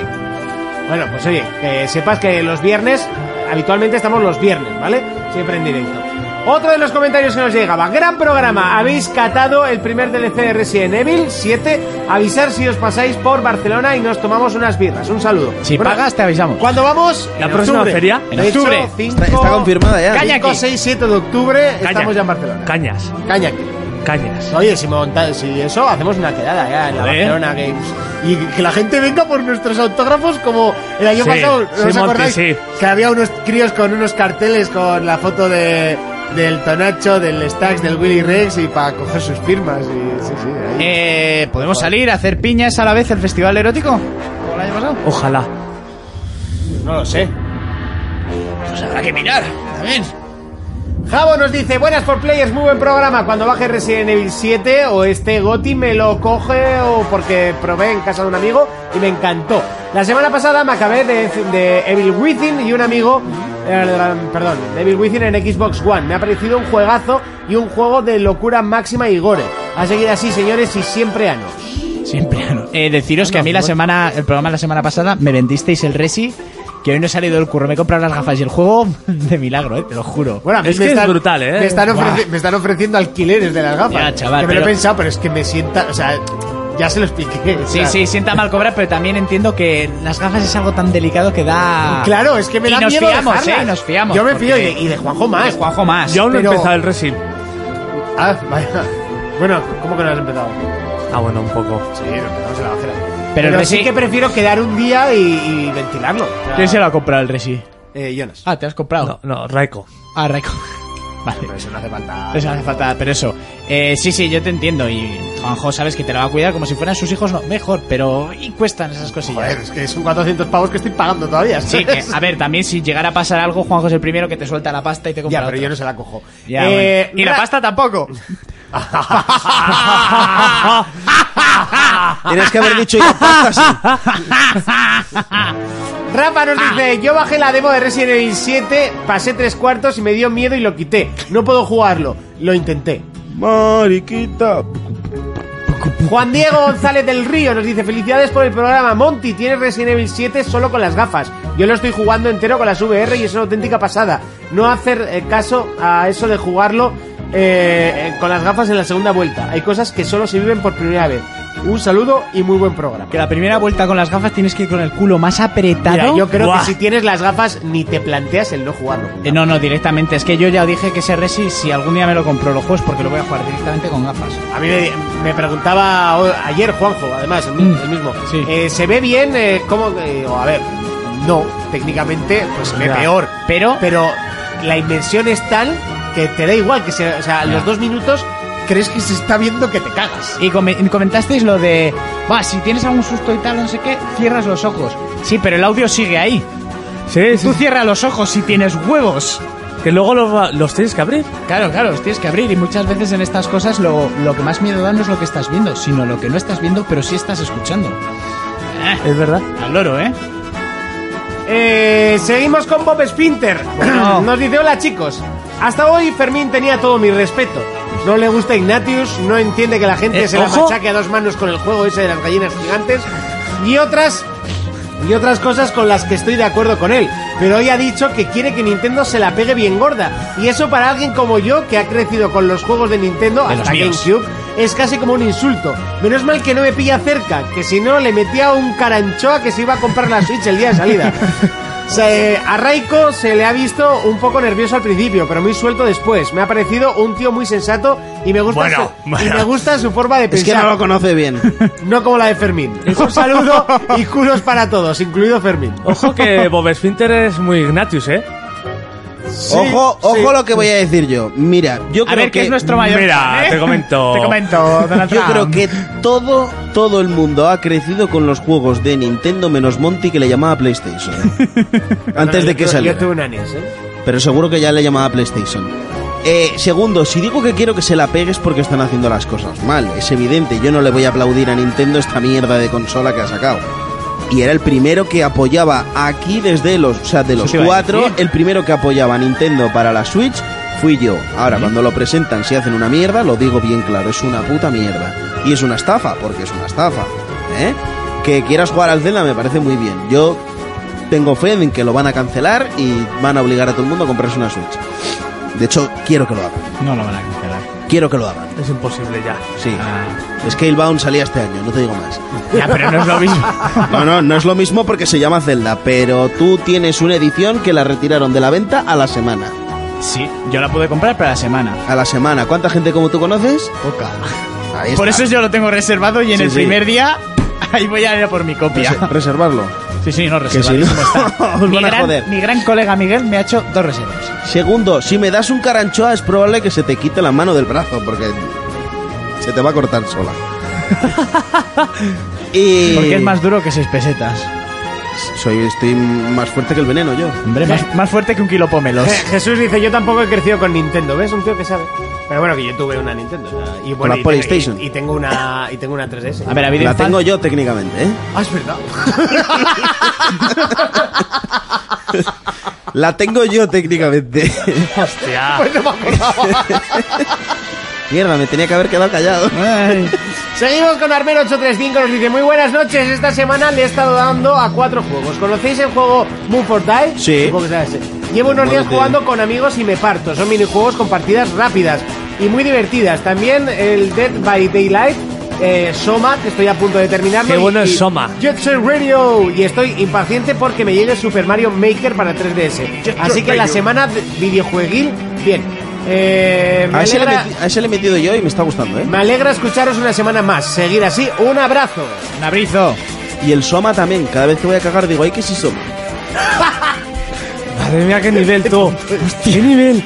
Bueno, pues oye, que sepas que los viernes, habitualmente estamos los viernes, ¿vale? Siempre en directo. Otro de los comentarios que nos llegaba. Gran programa. Habéis catado el primer DLC de Resident Evil 7. Avisar si os pasáis por Barcelona y nos tomamos unas birras. Un saludo.
Si
Bueno,
pagas, te avisamos.
¿Cuándo vamos?
¿La
En
próxima
octubre.
feria?
En
De hecho,
octubre.
cinco-
Está, está confirmada ya.
Calla.
5,
aquí.
6, 7 de octubre
Calla.
estamos ya en Barcelona.
Cañas.
Caña aquí.
Cañas.
Oye, si, monta- si eso, hacemos una quedada ya en la
Joder.
Barcelona Games. Y que la gente venga por nuestros autógrafos como el año
Sí,
pasado. ¿No
sí,
os
Monty,
acordáis?
sí.
Que había unos críos con unos carteles con la foto de, del Tonacho, del Stax, del Willy Rex y para coger sus firmas. Y, sí, sí, ahí.
Eh, ¿Podemos salir a hacer piñas a la vez el festival erótico? ¿Como el año pasado?
Ojalá.
No lo sé.
Pues habrá que mirar. También.
Javo nos dice, buenas por players, muy buen programa. Cuando baje Resident Evil 7 o este Goti me lo coge o porque probé en casa de un amigo y me encantó. La semana pasada me acabé de, de Evil Within y un amigo, eh, perdón, de Evil Within en Xbox One. Me ha parecido un juegazo y un juego de locura máxima y gore. A seguir así, señores, y siempre a nos.
Siempre. Eh, deciros que a mí la semana, el programa de la semana pasada me vendisteis el Resi, que hoy no he salido del curro. Me he comprado las gafas y el juego de milagro, eh, te lo juro.
Bueno, a mí
Es
me
que es
están,
brutal, ¿eh?
Me están, ofreci- me están ofreciendo alquileres de las gafas.
Ya, chaval,
que me lo he
pero-
pensado, pero es que me sienta, o sea, ya se lo expliqué. o
Sí,
sea,
sí, sienta mal cobrar, pero también entiendo que las gafas es algo tan delicado que da.
Claro, es que me
Ah. Y
da
nos
miedo
fiamos,
dejarlas.
eh, nos fiamos,
Yo me fío y
porque-
de, y de Juanjo más.
Juanjo más.
Yo aún no he
Pero-
empezado el Resin.
Ah, vaya. Bueno, ¿cómo que no has empezado?
Ah, bueno, un poco.
Sí, lo empezamos en la bajera. Pero,
Pero el
sí
Resi-
que prefiero quedar un día y, y ventilarlo. O sea,
¿Quién se lo ha comprado el Resi?
Eh, Jonas.
Ah, te has comprado.
No, no, Raiko.
Ah, Reco. Vale.
Pero eso no hace falta.
Eso no hace falta, pero eso. Eh, sí, sí, yo te entiendo. Y Juanjo, sabes que te la va a cuidar como si fueran sus hijos, no, mejor, pero. Y cuestan esas cosillas.
Joder, es que son 400 pavos que estoy pagando todavía.
Sí, que, a ver, también si llegara a pasar algo, Juanjo es el primero que te suelta la pasta y te compra
Ya, pero
otro.
yo no se la cojo.
Ya,
Eh,
bueno. Y la
Ra-
pasta tampoco.
Tienes que haber dicho ya pasta, sí.
Rafa nos
Ah.
dice, yo bajé la demo de Resident Evil 7, pasé tres cuartos y me dio miedo y lo quité. No puedo jugarlo. Lo intenté.
Mariquita.
Juan Diego González del Río nos dice, felicidades por el programa. Monty, tienes Resident Evil 7 solo con las gafas. Yo lo estoy jugando entero con las VR y es una auténtica pasada. No hacer eh, caso a eso de jugarlo eh, eh, con las gafas en la segunda vuelta. Hay cosas que solo se viven por primera vez. Un saludo y muy buen programa.
Que la primera vuelta con las gafas tienes que ir con el culo más apretado.
Mira, yo creo
Buah.
que si tienes las gafas ni te planteas el no jugarlo.
Eh, No, no, directamente. Es que yo ya dije que ese Resi, si algún día me lo compro los juegos, porque lo voy a jugar directamente con gafas.
A mí me, me preguntaba o- ayer Juanjo, además, el mi- el mismo.
sí.
eh, ¿Se ve bien? eh, ¿Cómo? eh, digo, a ver, no, técnicamente pues se ve
Ya.
peor.
Pero-
pero la inversión es tal que te da igual que sea, o sea, a los dos minutos crees que se está viendo que te cagas.
Y come- y comentasteis lo de, va, si tienes algún susto y tal, no sé qué, cierras los ojos. Sí, pero el audio sigue ahí.
Sí, sí,
Tú cierras los ojos si tienes huevos.
Que luego los, va- los tienes que abrir.
Claro, claro, los tienes que abrir y muchas veces en estas cosas lo, lo que más miedo da no es lo que estás viendo, sino lo que no estás viendo, pero sí estás escuchando. Ah.
Es verdad.
Al loro, ¿eh?
Eh, seguimos con Bob Spinter.
Bueno.
Nos dice, hola chicos. Hasta hoy Fermín tenía todo mi respeto. No le gusta Ignatius, no entiende que la gente
Eh,
se la
ojo.
machaque a dos manos con el juego ese de las gallinas gigantes. Y otras... Y otras cosas con las que estoy de acuerdo con él. Pero hoy ha dicho que quiere que Nintendo se la pegue bien gorda. Y eso para alguien como yo, que ha crecido con los juegos de Nintendo
De
hasta
los míos.
GameCube, es casi como un insulto. Menos mal que no me pilla cerca, que si no le metía un caranchoa que se iba a comprar la Switch el día de salida. Se- a Raiko se le ha visto un poco nervioso al principio, pero muy suelto después. Me ha parecido un tío muy sensato y me gusta,
Bueno,
su,
bueno.
Y me gusta su forma de
Es que no
pensar,
lo conoce bien.
no como la de Fermín. Un saludo y culos para todos, incluido Fermín.
Ojo que Bob Sfinter es muy Ignatius, ¿eh?
ojo, ojo lo que voy a decir yo. Mira, yo creo
A ver, que
que
es nuestro mayor.
Mira,
fan, ¿eh?
te comento.
Te comento, Donald
Yo
Trump.
creo que todo, todo el mundo ha crecido con los juegos de Nintendo menos Monty que le llamaba PlayStation. Antes de que
Yo- Yo
saliera.
tuve una
E
NES, ¿eh?
Pero seguro que ya le llamaba PlayStation. Eh, segundo, si digo que quiero que se la pegue es porque están haciendo las cosas mal. Es evidente, yo no le voy a aplaudir a Nintendo esta mierda de consola que ha sacado. Y era el primero que apoyaba aquí desde los, o sea, de los
te iba a
cuatro,
decir.
el primero que apoyaba a Nintendo para la Switch fui yo. Ahora, cuando lo presentan, si hacen una mierda, lo digo bien claro, es una puta mierda. Y es una estafa, porque es una estafa. ¿eh? Que quieras jugar al Zelda me parece muy bien. Yo tengo fe en que lo van a cancelar y van a obligar a todo el mundo a comprarse una Switch. De hecho, quiero que lo hagan.
No lo van a cancelar. Ah.
Quiero que lo hagan.
Es imposible ya.
Sí. Scalebound salía este año, no te digo más.
Ya, pero no es lo mismo.
No, no, no es lo mismo porque se llama Zelda, pero tú tienes una edición que la retiraron de la venta a la semana.
Sí, yo la pude comprar para la semana.
A la semana. ¿Cuánta gente como tú conoces?
Poca.
Ahí
Por
está.
eso yo lo tengo reservado y en
Sí,
el
sí.
primer día ahí voy a ir a por mi copia.
Rese- reservarlo.
Sí, sí, no
Que si no,
reservadísimo está.
os
mi,
van a joder.
gran, mi gran colega Miguel me ha hecho dos reservas.
Segundo, si me das un caranchoa es probable que se te quite la mano del brazo porque se te va a cortar sola. y
Porque es más duro que seis pesetas.
soy estoy más fuerte que el veneno yo.
Hombre, más, más fuerte que un kilo pomelos.
Je- Jesús dice, yo tampoco he crecido con Nintendo, ¿ves? Un tío que sabe. Pero bueno, que Pues yo tuve una Nintendo. o sea, Y bueno,
la
y tengo-
PlayStation.
Y, y tengo una, y tengo una 3DS.
A ver, ha habido
La
infan-
tengo yo técnicamente, ¿eh?
Ah, es verdad.
La tengo yo técnicamente. Pues
Hostia.
Mierda, me tenía que haber quedado callado.
Ay.
Seguimos con Armero835, nos dice Muy buenas noches, esta semana le he estado dando a cuatro juegos ¿Conocéis el juego Move or Die?
Sí.
Supongo que será ese. Llevo unos días
Muérete.
jugando con amigos y me parto Son minijuegos con partidas rápidas y muy divertidas También el Dead by Daylight eh, Soma, que estoy a punto de terminarlo
Qué
y-
bueno es
y
Soma.
Jetset Radio Y estoy impaciente porque me llegue Super Mario Maker para 3DS Así que la semana de- videojueguil, bien eh, me
A ese, le he
alegra-
meti- a ese le he metido yo y me está gustando, ¿eh?
me alegra escucharos una semana más. Seguir así, un abrazo.
Un abrizo.
Y el Soma también. Cada vez que voy a cagar digo, ay, que sí Soma.
Madre mía, qué nivel tú. ¿Qué nivel?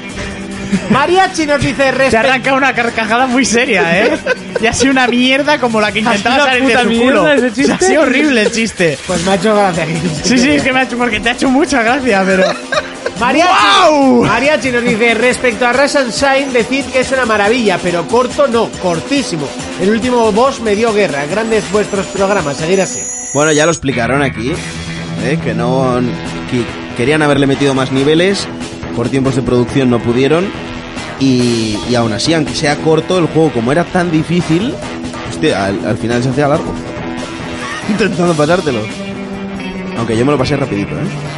Mariachi nos dice
Te
respeto.
arranca una carcajada muy seria, ¿eh? Y ha sido una mierda como la que intentaba
una
salir de
puta
su
mierda
culo.
ese
O sea, ha
chiste.
sido horrible el chiste.
Pues me ha hecho gracia.
Sí, sí, es que me ha hecho porque te ha hecho mucha gracia, pero.
Mariachi, Mariachi nos dice respecto a Rush and Shine, decid que es una maravilla, pero corto no, cortísimo. El último boss me dio guerra. Grandes vuestros programas, seguir así.
Bueno, ya lo explicaron aquí. ¿eh? que no que querían haberle metido más niveles, por tiempos de producción no pudieron y, y aún así, aunque sea corto el juego, como era tan difícil, hostia, al, al final se hacía largo. Intentando pasártelo. Aunque yo me lo pasé rapidito, ¿eh?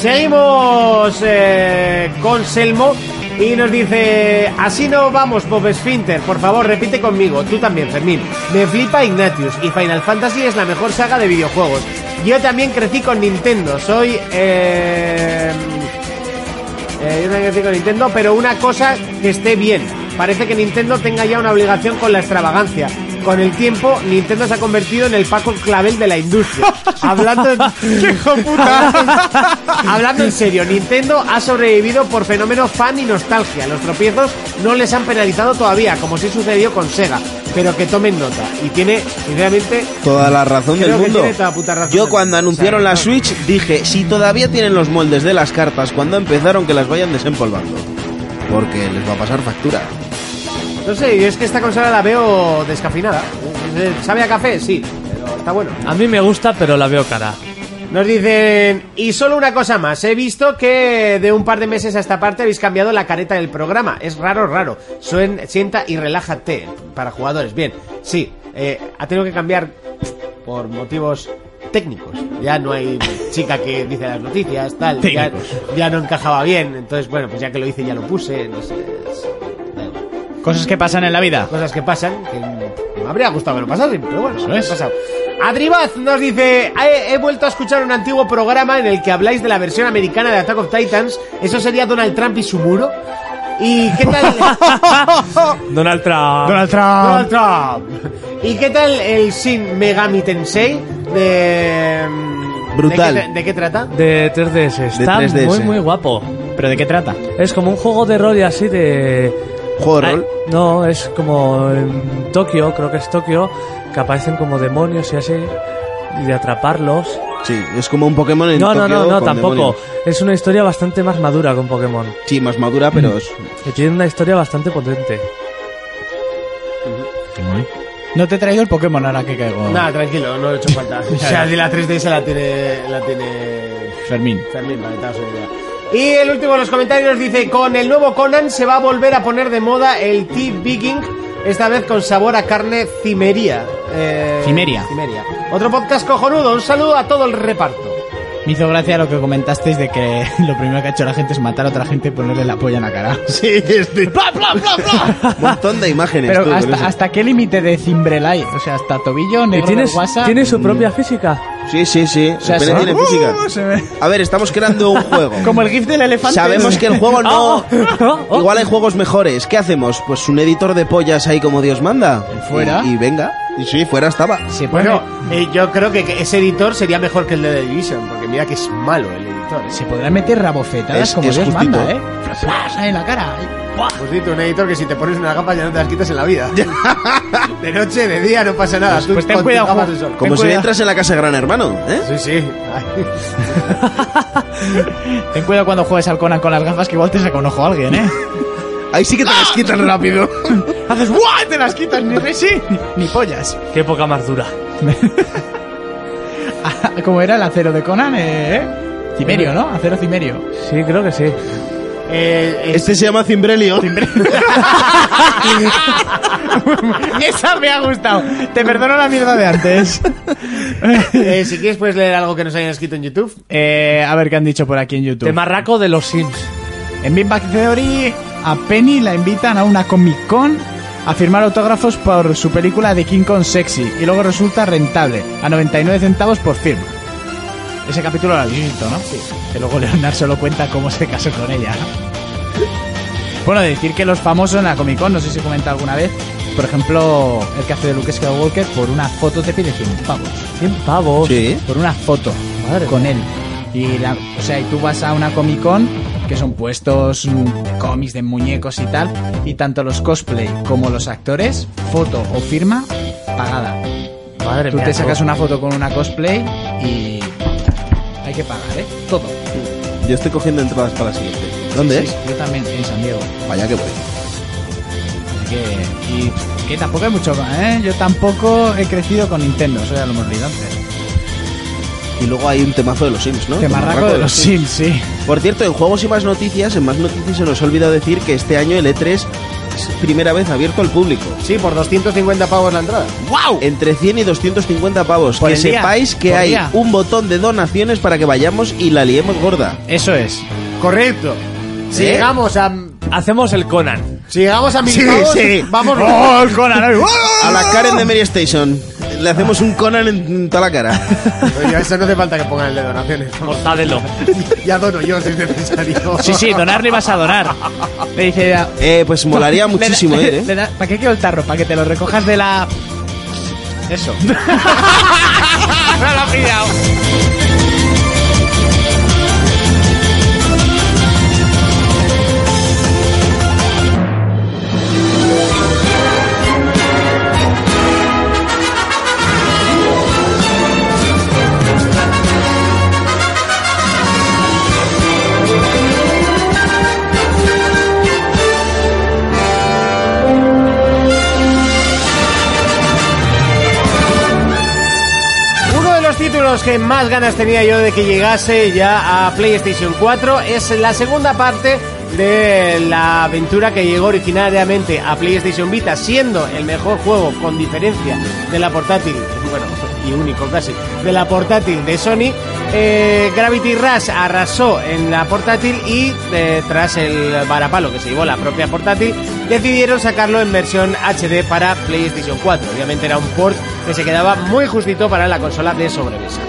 Seguimos eh, con Selmo y nos dice, así no vamos Bob Esfinter, por favor repite conmigo, tú también Fermín. Me flipa Ignatius y Final Fantasy es la mejor saga de videojuegos. Yo también crecí con Nintendo, soy... eh, eh, yo también crecí con Nintendo, pero una cosa que esté bien. Parece que Nintendo tenga ya una obligación con la extravagancia. Con el tiempo, Nintendo se ha convertido en el Paco Clavel de la industria. Hablando en... Hablando en serio, Nintendo ha sobrevivido por fenómeno fan y nostalgia. Los tropiezos no les han penalizado todavía, como sí sucedió con Sega. Pero que tomen nota. Y tiene, sinceramente,
Toda la razón
Creo
del
que
mundo.
tiene toda puta razón
Yo
del
cuando
mundo,
anunciaron
o sea,
la
no.
Switch dije, si todavía tienen los moldes de las cartas cuando empezaron que las vayan desempolvando. Porque les va a pasar factura.
no sé, yo es que esta consola la veo descafinada. ¿Sabe a café? Sí, pero está bueno.
A mí me gusta, pero la veo cara.
Nos dicen, y solo una cosa más, he visto que de un par de meses a esta parte habéis cambiado la careta del programa, es raro, raro, Suen- sienta y relájate para jugadores, bien, sí, eh, ha tenido que cambiar por motivos técnicos, ya no hay chica que dice las noticias, tal, ya, ya no encajaba bien, entonces bueno, pues ya que lo hice ya lo puse, no sé, es- da igual.
Cosas que pasan en la vida.
cosas que pasan, que me habría gustado que lo pasasen, pero bueno, no ha pasado. Adribaz nos dice, he, he vuelto a escuchar un antiguo programa en el que habláis de la versión americana de Attack of Titans, eso sería Donald Trump y su muro. ¿Y qué tal?
Donald Trump.
Donald
Donald
Trump.
Trump. ¿Y qué tal el Sin Megami Tensei de...
Brutal.
¿De qué, de qué trata?
De 3DS. Está
3DS.
muy, muy guapo.
¿Pero de qué trata?
Es como un juego de rol y así de...
Juego de
Ay,
rol.
No, es como en Tokio, creo que es Tokio, que aparecen como demonios y así, y de atraparlos.
Sí, es como un Pokémon en
No, no,
Tokio
no, no,
con
tampoco.
demonios.
Es una historia bastante más madura con Pokémon.
Sí, más madura, pero es...
Que tiene una historia bastante potente.
No te he traído el Pokémon ahora que caigo.
Nada, tranquilo, no le he hecho falta. o sea, de la 3DS la tiene... La tiene...
Fermín.
Fermín, vale, te has oído ya. Y el último de los comentarios dice, con el nuevo Conan se va a volver a poner de moda el tea viking, esta vez con sabor a carne cimería. Eh,
Cimeria.
cimeria. Otro podcast cojonudo, un saludo a todo el reparto.
Me hizo gracia lo que comentasteis de que lo primero que ha hecho la gente es matar a otra gente y ponerle la polla en la cara. Sí, este. ¡Bla, bla, bla, bla!
Un montón de imágenes. tú,
Pero
con Eh,
hasta,
eso.
hasta qué límite de cimbrelai, o sea, hasta tobillo,
Y
negro
tiene,
de guasa.
tiene su propia física.
Sí, sí, sí.
sea, Uh,
Apenas
se va-
tiene física. A ver, estamos creando un juego.
Como el gif del elefante.
Sabemos que el juego no...
Oh, oh.
Igual hay juegos mejores. ¿Qué hacemos? Pues un editor de pollas ahí como Dios manda.
Fuera.
Y, y venga. Y sí, fuera estaba.
Se pone,
Bueno, eh, yo creo que que ese editor sería mejor que el de The Division, porque mira que es malo el editor. ¿eh?
se podrá meter rabofetadas
Es-
como
es
Dios
justito.
manda, ¿eh? Flash ahí en la cara. ahí. ¡Buah!
Pues dito, un editor que si te pones una gafa ya no te las quitas en la vida. de noche, de día, no pasa nada. Tú
pues ten
con tus
cuidado,
gafas
Juan.
de sol.
Como
Ten
si
cuidado.
entras en la casa de Gran Hermano, ¿eh?
Sí, sí.
Ten cuidado cuando juegues al Conan con las gafas que igual te saca un ojo a alguien, ¿eh?
Ahí sí que te las quitan rápido.
Haces ¡guau! y Te las quitas, ni resi, ni pollas.
Qué época más dura.
Como era el acero de Conan, ¿eh? Cimerio, ¿no? Acero Cimerio.
Sí, creo que sí.
Eh, eh,
Este se llama Cimbrelio.
Esa me ha gustado. Te perdono la mierda de antes.
eh, si quieres puedes leer algo que nos hayan escrito en YouTube.
Eh, a ver qué han dicho por aquí en YouTube.
Temarraco de los Sims.
En Big Bang Theory, a Penny la invitan a una Comic Con a firmar autógrafos por su película de King Kong Sexy y luego resulta rentable, a 99 centavos por firma. Ese capítulo lo has visto, ¿no? Sí. Que luego Leonard solo cuenta cómo se casó con ella. Bueno, decir que los famosos en la Comic Con, no sé si he comentado alguna vez, por ejemplo, el que hace de Luke Skywalker, por una foto te pide 100 pavos
100 pavos.
Sí.
por una foto
Madre
con él. Y la, o sea, y tú vas a una Comic Con, que son puestos mm, cómics de muñecos y tal, y tanto los cosplay como los actores, foto o firma pagada.
Madre
Tú
mía.
te sacas
tú.
una foto con una cosplay y hay que pagar, ¿eh? Todo.
Yo estoy cogiendo entradas para la siguiente.
Sí,
¿Dónde
sí, Yo también, en San Diego.
es? Vaya que voy.
Así que, y que tampoco hay mucho, ¿eh? Yo tampoco he crecido con Nintendo, eso ya lo hemos leído antes.
Y luego hay un temazo de los Sims, ¿no?
Temarraco de los Sims, sí.
Por cierto, en juegos y más noticias, en más noticias se nos ha olvidado decir que este año el E3 es primera vez abierto al público.
Sí, por 250 pavos la entrada.
¡Wow!
Entre 100 y 250 pavos.
Por
que
el día,
sepáis que
por
hay
día.
un botón de donaciones para que vayamos y la liemos gorda.
Eso es.
Correcto. Si
¿Eh?
llegamos a.
Hacemos el Conan.
Si llegamos a mil
Sí,
pavos,
sí.
vamos.
¡Oh, el Conan! ¡ay!
A la Karen de Mary Station. Le hacemos un Conan en toda la cara.
Oye, eso no hace falta que pongan el de donaciones.
Mortadelo.
Ya dono yo si es necesario.
Sí, sí, donarle vas a donar. Le dice "Ah, ya.
Eh, pues molaría muchísimo ir, ¿eh?
¿Para qué quiero el tarro? Para que te lo recojas de la. Eso. no lo ha pillado.
Uno de los títulos que más ganas tenía yo de que llegase ya a PlayStation 4 es la segunda parte de la aventura que llegó originariamente a PlayStation Vita, siendo el mejor juego con diferencia de la portátil, bueno, y único casi, de la portátil de Sony. Eh, Gravity Rush arrasó en la portátil y eh, tras el varapalo que se llevó la propia portátil, decidieron sacarlo en versión HD para PlayStation 4. Obviamente era un port que se quedaba muy justito para la consola de sobremesa.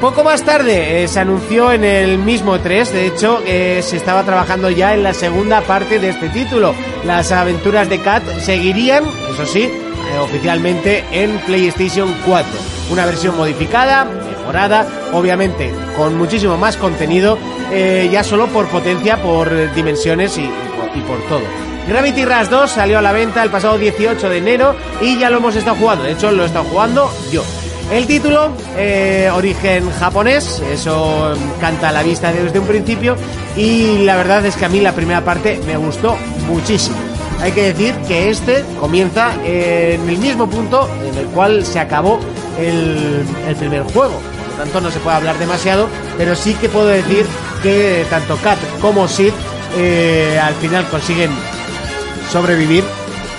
Poco más tarde eh, se anunció en el mismo 3, de hecho eh, se estaba trabajando ya en la segunda parte de este título. Las aventuras de Kat seguirían, eso sí, eh, oficialmente en PlayStation 4. Una versión modificada, mejorada, obviamente con muchísimo más contenido, eh, ya solo por potencia, por eh, dimensiones y- y por- y por todo. Gravity Rush 2 salió a la venta el pasado 18 de enero y ya lo hemos estado jugando. De hecho, lo he estado jugando yo. El título, eh, origen japonés, eso mm, canta a la vista desde un principio. Y la verdad es que a mí la primera parte me gustó muchísimo. Hay que decir que este comienza eh, en el mismo punto en el cual se acabó el, el primer juego por lo tanto no se puede hablar demasiado, pero sí que puedo decir que tanto Kat como Sid eh, al final consiguen sobrevivir.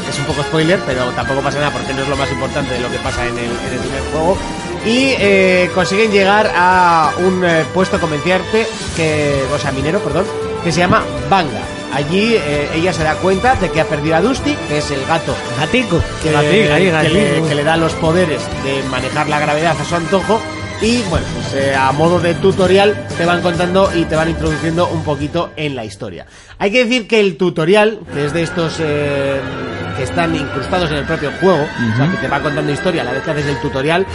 Es un poco spoiler, pero tampoco pasa nada porque no es lo más importante de lo que pasa en el, en el primer juego. Y eh, consiguen llegar a un eh, puesto comerciante, que, o sea, minero, perdón, que se llama Banga. Allí eh, ella se da cuenta de que ha perdido a Dusty, que es el gato
Gatico.
que,
Gatiga, ahí,
que le,
gatigo.
que le da los poderes de manejar la gravedad a su antojo. Y bueno, pues eh, a modo de tutorial te van contando y te van introduciendo un poquito en la historia. Hay que decir que el tutorial, que es de estos eh, que están incrustados en el propio juego, o sea, que te va contando historia a la vez que haces el tutorial,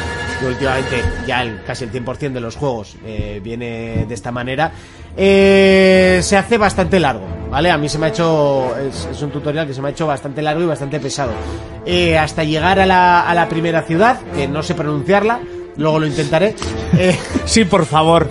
que últimamente ya el- casi el 100% de los juegos eh, viene de esta manera, eh, se hace bastante largo. ¿Vale? A mí se me ha hecho. Es, es un tutorial que se me ha hecho bastante largo y bastante pesado. Eh, hasta llegar a la, a la primera ciudad, que no sé pronunciarla, luego lo intentaré. Eh,
Sí, por favor.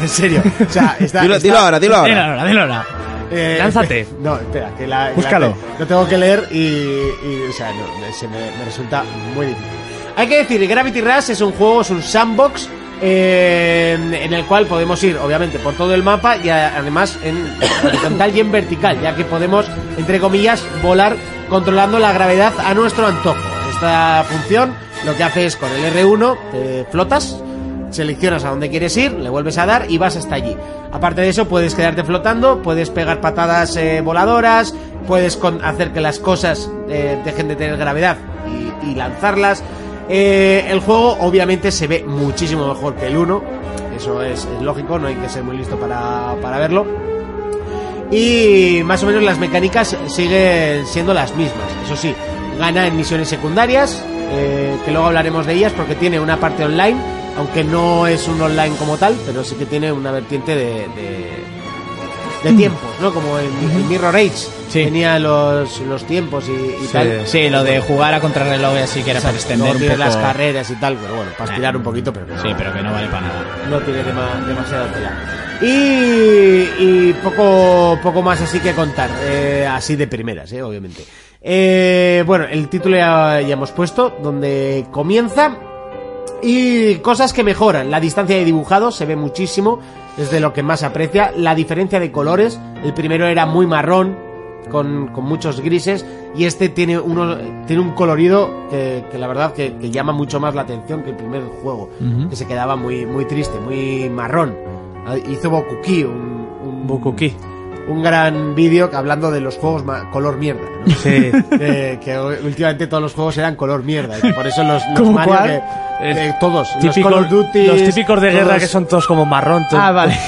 en serio. O sea, está-
Dilo,
está-
dilo ahora, dilo
Dilo
ahora.
ahora, dilo ahora.
eh,
Lánzate.
espe- No, espera, que la.
Búscalo.
la- lo tengo que leer y. y, o sea, no, no, se me, me resulta muy difícil. Hay que decir, Gravity Rush es un juego, es un sandbox. eh, en- en el cual podemos ir obviamente por todo el mapa y a- además en horizontal y en vertical ya que podemos entre comillas volar controlando la gravedad a nuestro antojo esta función lo que hace es con el R1 te flotas Seleccionas a dónde quieres ir, le vuelves a dar y vas hasta allí. Aparte de eso, puedes quedarte flotando, puedes pegar patadas eh, voladoras, puedes con- hacer que las cosas eh, dejen de tener gravedad y, y lanzarlas. Eh, el juego obviamente se ve muchísimo mejor que el 1, eso es, es lógico, no hay que ser muy listo para, para verlo. Y más o menos las mecánicas siguen siendo las mismas. Eso sí, gana en misiones secundarias, eh, que luego hablaremos de ellas porque tiene una parte online, aunque no es un online como tal, pero sí que tiene una vertiente de, de, de tiempos, ¿no? Como en, en Mirror Age
Mm. Sí.
tenía los, los tiempos y, y tal.
Sí, lo de jugar a contrarreloj y así que era para
Luego
extender un
tiene
poco.
las carreras y tal, pero bueno, para
Eh.
estirar un poquito, pero no
Sí, pero que no vale para nada.
no tiene dema- demasiada tela. Y, y poco, poco más así que contar, eh, así de primeras, eh, obviamente. Eh, bueno, el título ya, ya hemos puesto, donde comienza Y cosas que mejoran. La distancia de dibujado se ve muchísimo. Es de lo que más se aprecia. La diferencia de colores. El primero era muy marrón. Con, con muchos grises. Y este tiene, uno, tiene un colorido que, que la verdad que, que llama mucho más la atención que el primer juego. Que se quedaba muy, muy triste, muy marrón. Ah, Hizo Bokuki un, un,
Bukuki.
un gran vídeo hablando de los juegos ma- color mierda. ¿no?
Sí.
Eh, que últimamente todos los juegos eran color mierda. y que por eso los, los
¿Cómo
Mario
cuál?
que-
Eh,
eh, todos.
Típico-
los Call of Duty.
los típicos de guerra
todos-
que son todos como marrón. todo-
Ah, vale.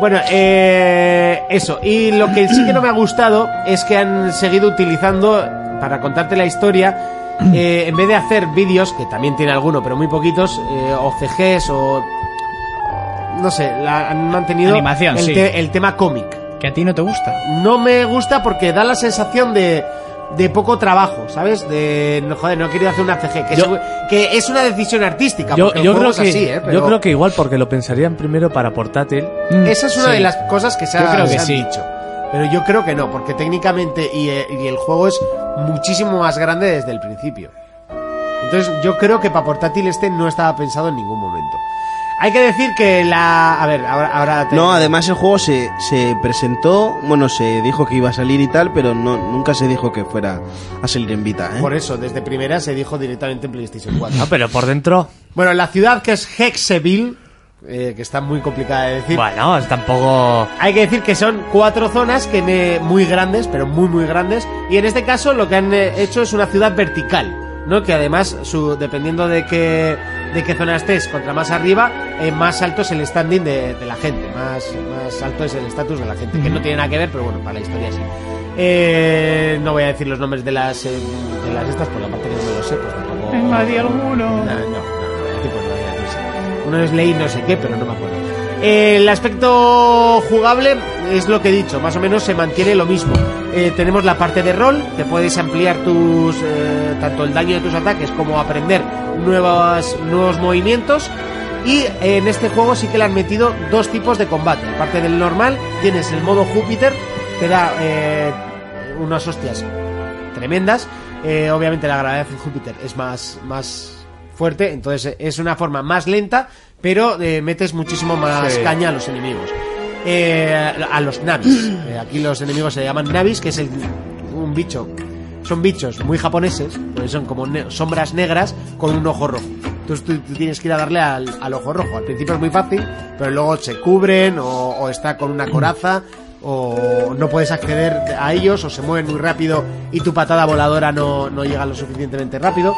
Bueno, eh, eso. Y lo que sí que no me ha gustado es que han seguido utilizando, para contarte la historia, eh, en vez de hacer vídeos, que también tiene alguno, pero muy poquitos, eh, o CGs o... No sé, la- han mantenido
Animación,
el,
sí.
el tema cómic.
Que a ti no te gusta.
no me gusta porque da la sensación de, de poco trabajo, ¿sabes? De, no, joder, no he querido hacer una CG, que,
Yo-
es, que es una decisión artística.
Yo,
porque el
yo
juego
creo
es
que,
así, ¿eh? Pero Mm.
yo creo que igual porque lo pensarían primero para portátil.
Esa es una
Sí.
de las cosas que se, ha,
Yo creo
se
que
han
sí.
dicho. Pero yo creo que no, porque técnicamente y, eh, y el juego es muchísimo más grande desde el principio. Entonces yo creo que para portátil este no estaba pensado en ningún momento. Hay que decir que la... A ver, ahora... ahora te-
No, además el juego se, se presentó, bueno, se dijo que iba a salir y tal, pero no, nunca se dijo que fuera a salir en Vita, ¿eh? Ah,
Por eso, desde primera se dijo directamente en PlayStation 4.
No, pero por dentro.
Bueno, la ciudad que es Hexeville, eh, que está muy complicada de decir.
Bueno, es tampoco.
Hay que decir que son cuatro zonas que ne- muy grandes, pero muy muy grandes. Y en este caso lo que han eh, hecho es una ciudad vertical, ¿no? Que además, su, dependiendo de qué, de qué zona estés, contra más arriba, eh, más alto es el standing de, de la gente, más, más alto es el estatus de la gente, que no tiene nada que ver, pero bueno, para la historia sí. Eh, no voy a decir los nombres de las, eh, de las estas, porque aparte que no me lo sé, pues tampoco... No,
alguno.
no, no, el tipo no era, no sé. Uno es ley no sé qué, pero no me acuerdo. Eh, el aspecto jugable es lo que he dicho, más o menos se mantiene lo mismo. Eh, tenemos la parte de rol, que puedes ampliar tus eh, tanto el daño de tus ataques como aprender nuevas, nuevos movimientos. Y en este juego sí que le han metido dos tipos de combate. Aparte del normal, tienes el modo Júpiter, te da eh, unas hostias tremendas. Eh, obviamente la gravedad en Júpiter es más, más fuerte, entonces eh, es una forma más lenta, pero eh, metes muchísimo más caña a los enemigos. Eh, a los navis. Eh, aquí los enemigos se llaman navis, que es el- un bicho. Son bichos muy japoneses, porque son como ne- sombras negras con un ojo rojo. Entonces tú, tú tienes que ir a darle al, al ojo rojo. Al principio es muy fácil, pero luego se cubren o, o está con una coraza o no puedes acceder a ellos o se mueven muy rápido y tu patada voladora no, no llega lo suficientemente rápido.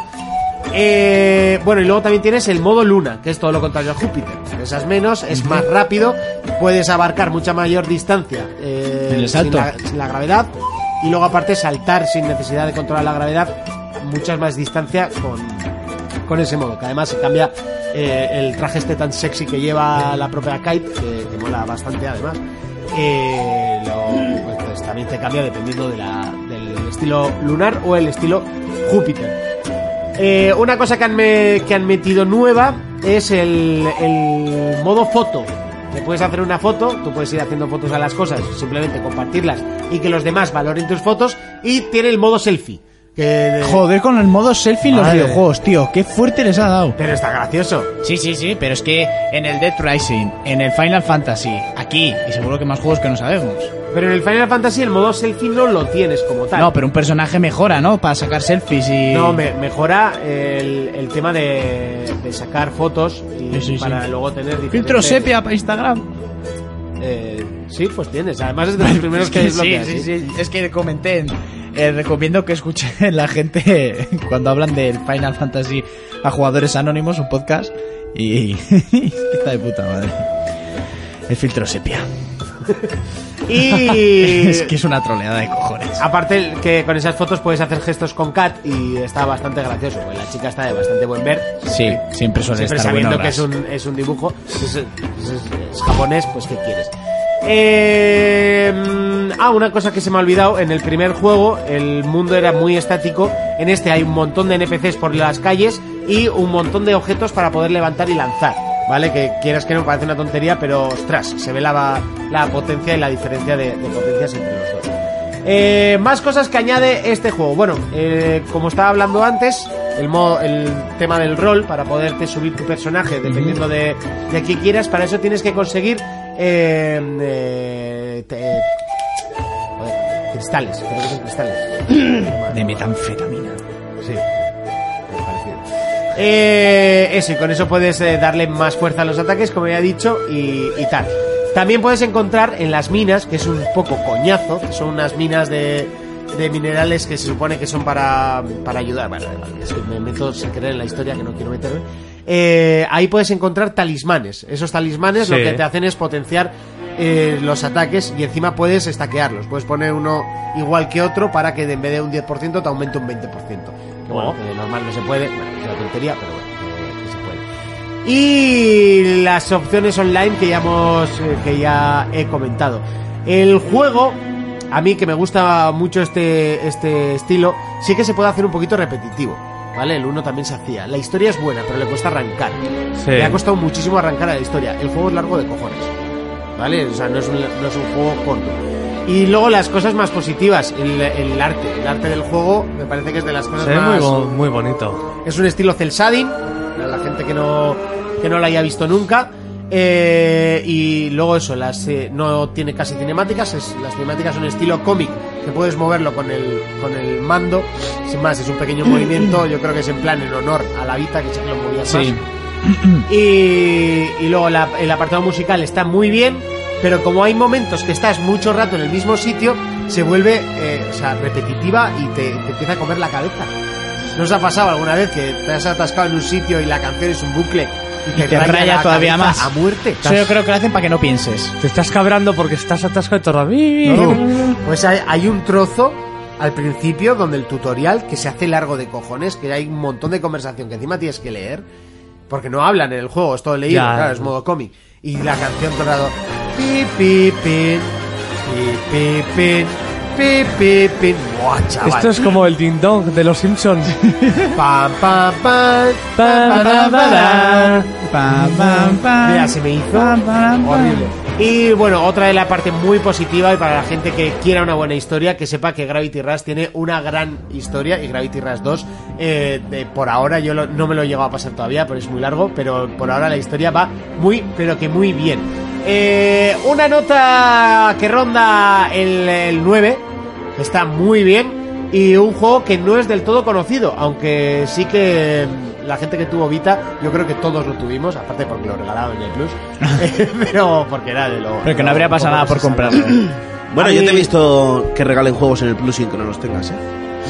Eh, bueno, y luego también tienes el modo luna, que es todo lo contrario a Júpiter. Pesas menos, es más rápido, puedes abarcar mucha mayor distancia eh,
En el
sin
salto.
la- sin la gravedad y luego aparte saltar sin necesidad de controlar la gravedad muchas más distancia con, con ese modo que además se cambia eh, el traje este tan sexy que lleva la propia Kite que, que mola bastante además Eh, lo- pues también te cambia dependiendo de la- del estilo lunar o el estilo Júpiter eh, una cosa que han, me- que han metido nueva es el, el modo foto. Te puedes hacer una foto, tú puedes ir haciendo fotos a las cosas, simplemente compartirlas y que los demás valoren tus fotos. Y tiene el modo selfie. Que
Joder con el modo selfie en los
Madre.
videojuegos, tío. Qué fuerte les ha dado.
Pero está gracioso.
Sí, sí, sí, pero es que en el Dead Rising, en el Final Fantasy, aquí, y seguro que más juegos que no sabemos.
Pero en el Final Fantasy el modo selfie no lo tienes como tal.
No, pero un personaje mejora, ¿no? Para sacar selfies y.
No, me- mejora el, el tema de, de sacar fotos y
Sí, sí, sí.
para luego tener
Filtro
diferentes-
sepia eh, para Instagram.
Eh, sí, pues tienes. Además es de los primeros que
Sí,
desbloqueas.
sí,
¿sí?
sí, Es que comenté. en- eh, recomiendo que escuchen la gente cuando hablan del Final Fantasy a jugadores anónimos, un podcast. Y. está de puta madre. El filtro sepia.
Y
Es que es una troleada de cojones.
Aparte el que con esas fotos puedes hacer gestos con Kat y está bastante gracioso, porque la chica está de bastante buen ver,
Sí, eh, siempre suele
siempre
estar
sabiendo
bueno
que es un, es un dibujo, es, es- pues es- es japonés, pues ¿qué quieres? Eh, mm, ah, una cosa que se me ha olvidado, en el primer juego el mundo era muy estático, en este hay un montón de NPCs por las calles y un montón de objetos para poder levantar y lanzar. ¿Vale? Que quieras que no parece una tontería, pero ostras, se ve la, la potencia y la diferencia de, de potencias entre los dos. Eh, más cosas que añade este juego. Bueno, eh, como estaba hablando antes, el, modo, el tema del rol para poderte subir tu personaje dependiendo de, de qué quieras, para eso tienes que conseguir eh, eh, te- joder, cristales, creo que son cristales.
De metanfetamina.
Sí. Eh, eso, y con eso puedes eh, darle más fuerza a los ataques, como ya he dicho, y, y tal. También puedes encontrar en las minas, que es un poco coñazo, que son unas minas de, de minerales que se supone que son para, para ayudar. Bueno, es que me meto sin querer en la historia que no quiero meterme. Eh, ahí puedes encontrar talismanes. Esos talismanes lo
Sí.
que te hacen es potenciar eh, los ataques y encima puedes estaquearlos. Puedes poner uno igual que otro para que de- en vez de un 10% te aumente un 20%. Que bueno,
Oh.
que de normal no se puede, bueno, es una tontería, pero bueno, que- que se puede. Y las opciones online que ya hemos, eh, que ya he comentado. El juego, a mí que me gusta mucho este, este estilo, sí que se puede hacer un poquito repetitivo. ¿Vale? El uno también se hacía. La historia es buena, pero le cuesta arrancar.
Sí.
Le ha costado muchísimo arrancar a la historia. El juego es largo de cojones. ¿Vale? O sea, no es un, no es un juego corto. Y luego las cosas más positivas, el, el arte. El arte del juego me parece que es de las cosas
Se ve muy,
más...
bo- muy bonito.
Es un estilo cel shading, para la gente que no, que no lo haya visto nunca. Eh, y luego eso, las eh, no tiene casi cinemáticas, es- las cinemáticas son estilo cómic, que puedes moverlo con el, con el mando. Sin más, es un pequeño movimiento, yo creo que es en plan en honor a la vida, que sí que lo movías
Sí.
más. Y, y luego la- el apartado musical está muy bien, pero como hay momentos que estás mucho rato en el mismo sitio, se vuelve eh, o sea, repetitiva y te, te empieza a comer la cabeza. ¿No os ha pasado alguna vez que te has atascado en un sitio y la canción es un bucle y te,
te raya
la
todavía
cabeza
más?
A muerte.
Eso yo creo que lo hacen para que no pienses.
Te estás cabrando porque estás atascado de torradillo.
No. Pues hay, hay un trozo al principio donde el tutorial que se hace largo de cojones, que hay un montón de conversación que encima tienes que leer, porque no hablan en el juego, es todo leído,
Ya.
claro, es modo cómic. Y la canción todo el rato, pi, pi, pin, pi, pi, pin, pi, pi, pin. Buah, chaval.
Esto es como el ding dong de los Simpsons.
Pam, pam, pam,
Pa, pa, pa, pa.
Pam, pam, pam.
Mira, se me hizo
Pam, pam, pam.
horrible. Y bueno, otra de la parte muy positiva y para la gente que quiera una buena historia, que sepa que Gravity Rush tiene una gran historia y Gravity Rush 2, eh, de- por ahora yo lo- no me lo he llegado a pasar todavía, pero es muy largo, pero por ahora la historia va muy, pero que muy bien. Eh, una nota que ronda el, el 9, está muy bien. Y un juego que no es del todo conocido, aunque sí que mm, la gente que tuvo Vita, yo creo que todos lo tuvimos, aparte porque lo regalaron en el Plus, Eh, pero porque era de lo...
Pero que no habría pasado nada por comprarlo.
Bueno, yo te he
Ahí-
visto que regalen juegos en el Plus sin que no los tengas, ¿eh?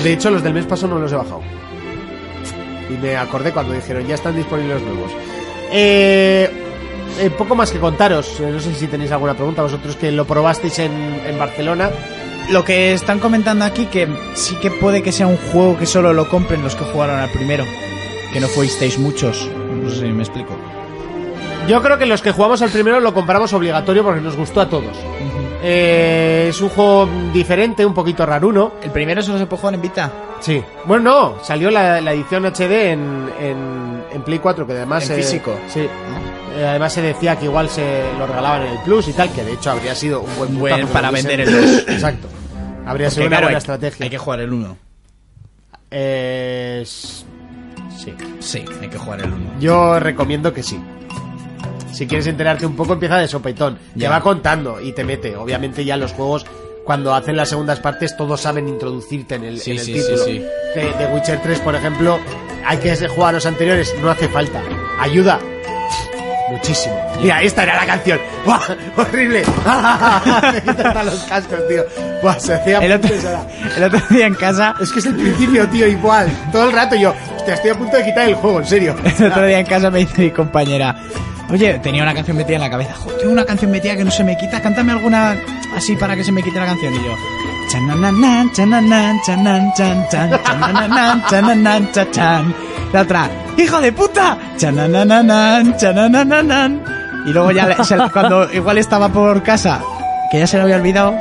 De hecho, los del mes pasado no los he bajado. Y me acordé cuando dijeron, ya están disponibles los nuevos. Eh, eh, poco más que contaros, Eh, no sé si tenéis alguna pregunta, vosotros que lo probasteis en, en Barcelona.
Lo que están comentando aquí que sí que puede que sea un juego que solo lo compren los que jugaron al primero. Que no fuisteis muchos. No sé si me explico.
Yo creo que los que jugamos al primero lo compramos obligatorio porque nos gustó a todos. Eh, es un juego diferente, un poquito raruno.
¿El primero solo se puede jugar en Vita?
Sí. Bueno, no, salió la, la edición HD en, en, en Play 4, que además...
En físico.
Sí. Eh, además se decía que igual se lo regalaban en el Plus y tal, que de hecho habría sido un buen...
Buen
putazo que
para
lo hubiesen-
vender el Plus.
Exacto. Habría sido
Porque,
una
claro,
buena
hay-
estrategia.
Hay que jugar el 1.
Eh, s- sí.
Sí, hay que jugar el 1.
Yo recomiendo que sí. Si quieres enterarte un poco, empieza de sopetón. Te
Ya.
va contando y te mete. Obviamente ya los juegos, cuando hacen las segundas partes, todos saben introducirte en el,
Sí,
en el
sí,
título.
sí, sí.
De, de Witcher 3, por ejemplo, hay que jugar a los anteriores. No hace falta. Ayuda. Muchísimo. Mira, esta era la canción. ¡Buah! ¡Horrible! Me quitan hasta los cascos, tío. Buah, se hacía
El otro,
puto sola.
el otro día en casa,
Es que es el principio, tío, igual. Todo el rato yo, te estoy a punto de quitar el juego, en serio.
el otro día en casa me dice mi compañera, oye, tenía una canción metida en la cabeza. Joder, tengo una canción metida que no se me quita, cántame alguna así para que se me quite la canción. Y yo, "Chanananan, chananan, chanan, chan, chan, chanananan, chananan, cha, chan". La otra, hijo de puta, chanananan, chanananan. Y luego ya, le- se la- cuando igual estaba por casa, que ya se la había olvidado,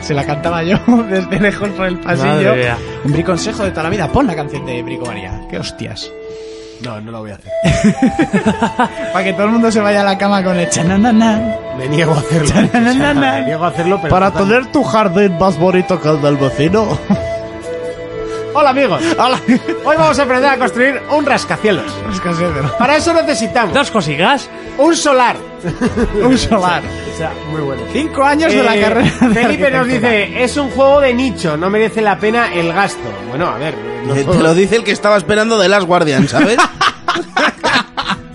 se la cantaba yo desde lejos por el pasillo.
Madre mía.
Un briconsejo de toda la vida, pon la canción de Brico María. Qué hostias.
No, no lo voy a hacer.
Para que todo el mundo se vaya a la cama con el chananana.
Me niego a hacerlo.
chananana.
Me niego a hacerlo, pero.
Para
total-
tener tu jardín más bonito que el del vecino.
Hola amigos,
Ala.
hoy vamos a aprender a construir un rascacielos. Para eso necesitamos
Dos cosigas.
un solar.
Un solar.
muy bueno.
Cinco años de la
Eh,
carrera. de
Felipe nos
arquitectura.
dice, es un juego de nicho, no merece la pena el gasto. Bueno, a ver, no
Te,
solo-
te lo dice el que estaba esperando de Last Guardian, ¿sabes?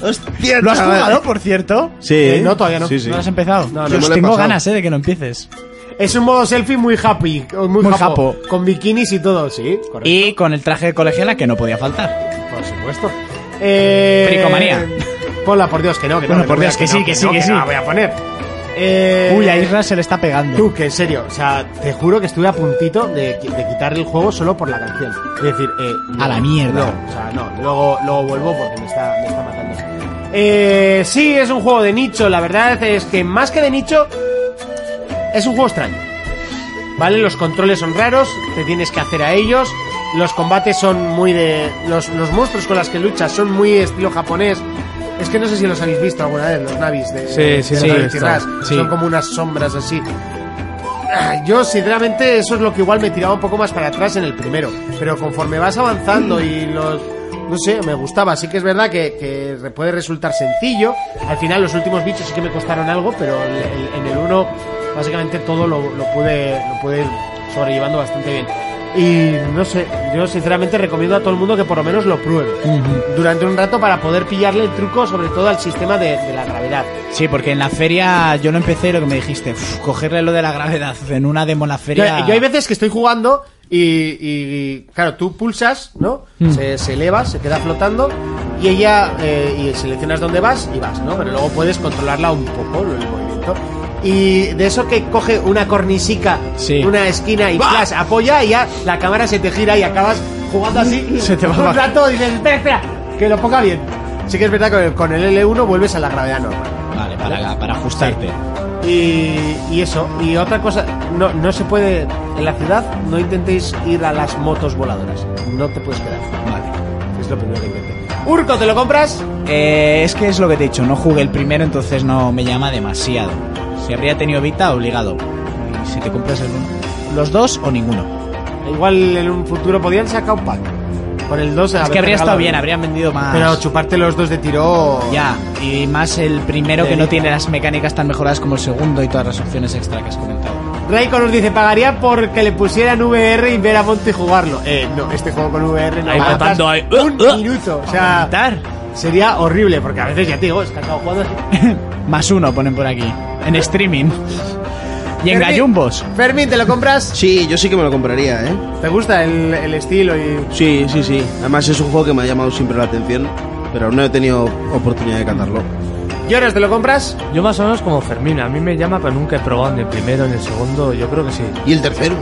Hostia,
¿Lo has
chaval.
jugado, por cierto?
Sí.
Eh, no, todavía no.
Sí, sí.
¿No lo has empezado?
No, no,
Dios,
me lo he
tengo
pasado.
ganas, eh, de que no empieces.
Es un modo selfie muy happy, muy,
Muy
japo,
japo.
con bikinis y todo, sí, correcto,
Y con el traje de colegiala que no podía faltar.
por supuesto. Eh,
Pericomanía.
Ponla, por Dios, que no, que no.
Bueno,
no,
por
voy a-
Dios, que sí,
no,
que sí,
no,
que sí.
no la voy a poner. Eh,
Uy, a Isra se le está pegando.
Tú, que en serio, o sea, te juro que estuve a puntito de, qui- de quitarle el juego solo por la canción. Es decir, eh,
A la mierda.
No, o sea, no, luego, luego vuelvo porque me está, me está matando. Eh, sí, es un juego de nicho, la verdad es que más que de nicho, es un juego extraño. ¿Vale? Los controles son raros, te tienes que hacer a ellos. Los combates son muy de. Los, los monstruos con las que luchas son muy estilo japonés. Es que no sé si los habéis visto alguna vez, los navis de.
Sí, sí,
de
sí,
Navi
está.
Tirras.
Sí.
Son como unas sombras así. Ah, Yo, sinceramente, eso es lo que igual me tiraba un poco más para atrás en el primero. Pero conforme vas avanzando y los. No sé, me gustaba. Sí que es verdad que, que re- puede resultar sencillo. Al final, los últimos bichos sí que me costaron algo, pero el- el- en el uno, básicamente todo lo, lo pude, lo pude ir sobrellevando bastante bien. Y no sé, yo sinceramente recomiendo a todo el mundo que por lo menos lo pruebe durante un rato para poder pillarle el truco, sobre todo al sistema de- de la gravedad.
Sí, porque en la feria yo no empecé lo que me dijiste, uf, cogerle lo de la gravedad en una demo en la
Yo,
feria.
yo hay veces que estoy jugando y, y, claro, tú pulsas, ¿no?
Hmm.
Se, se eleva, se queda flotando y ella eh, y seleccionas dónde vas y vas, ¿no? Pero luego puedes controlarla un poco lo- el movimiento. Y de eso que coge una cornisica,
Sí.
una esquina y ¡plas! apoya y ya la cámara se te gira y acabas jugando así.
Se te va
un
abajo.
rato y dices, espera, espera, que lo ponga bien. Sí que es verdad que con el- con el L1 vuelves a la gravedad normal.
Vale, para, para ajustarte.
Y, y eso, y otra cosa, no, no se puede, en la ciudad no intentéis ir a las motos voladoras, no te puedes quedar. Vale. Es lo primero que intenté. Urco, ¿te lo compras?
Eh, es que es lo que te he dicho, no jugué el primero, entonces no me llama demasiado. Si habría tenido Vita, obligado. Y si te compras el los dos o ninguno.
Igual en un futuro podían sacar un pack. Con el 2
Es que habría estado bien, habrían vendido más.
Pero chuparte los dos de tiro...
ya, y más el primero
De
que no
Vita.
tiene las mecánicas tan mejoradas como el segundo y todas las opciones extra que has comentado.
Raiko nos dice, pagaría porque le pusieran VR y ver a Monty jugarlo. Eh, no, este juego con VR no
Ahí
aguantas
matando, ahí.
Un
Uh,
minuto, o sea...
Quitar.
Sería horrible, porque a veces ya te digo, es que acabo jugando así.
Más uno ponen por aquí. En streaming. Y en
Fermín-
gallumbos.
Fermín, ¿te lo compras?
Sí, yo sí que me lo compraría, ¿eh?
¿Te gusta el, el estilo y
Sí, sí, sí. Además es un juego que me ha llamado siempre la atención, pero no he tenido oportunidad de cantarlo.
Jonas, ¿te lo compras?
Yo más o menos como Fermín, a mí me llama, pero nunca he probado ni el primero ni el segundo, yo creo que sí.
¿Y el tercero?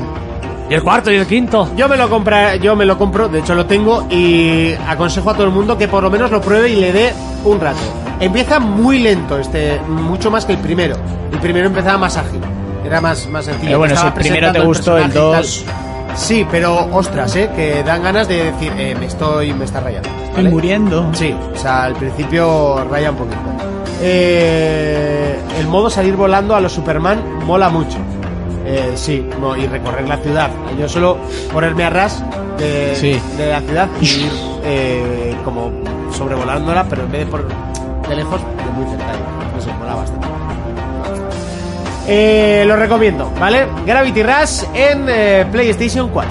Y el cuarto y el quinto.
Yo me lo compra, yo me lo compro, de hecho lo tengo y aconsejo a todo el mundo que por lo menos lo pruebe y le dé un rato. Empieza muy lento, este, mucho más que el primero. El primero empezaba más ágil, era más, más sencillo.
Pero bueno,
Estaba
si el primero te
presentando el
gustó, el
personaje y tal. Sí, pero ostras, eh, que dan ganas de decir, eh, me estoy, me está rayando.
Estoy
¿vale?
muriendo.
Sí, o sea, al principio raya un poquito. Eh, el modo salir volando a los Superman mola mucho. Eh, sí, no, y recorrer la ciudad. Yo solo ponerme a ras de,
Sí.
de la ciudad y ir eh, como sobrevolándola, pero en vez de por de lejos, de muy cerca. No sé, mola bastante. Eh, lo recomiendo, ¿vale? Gravity Rush en eh, PlayStation 4.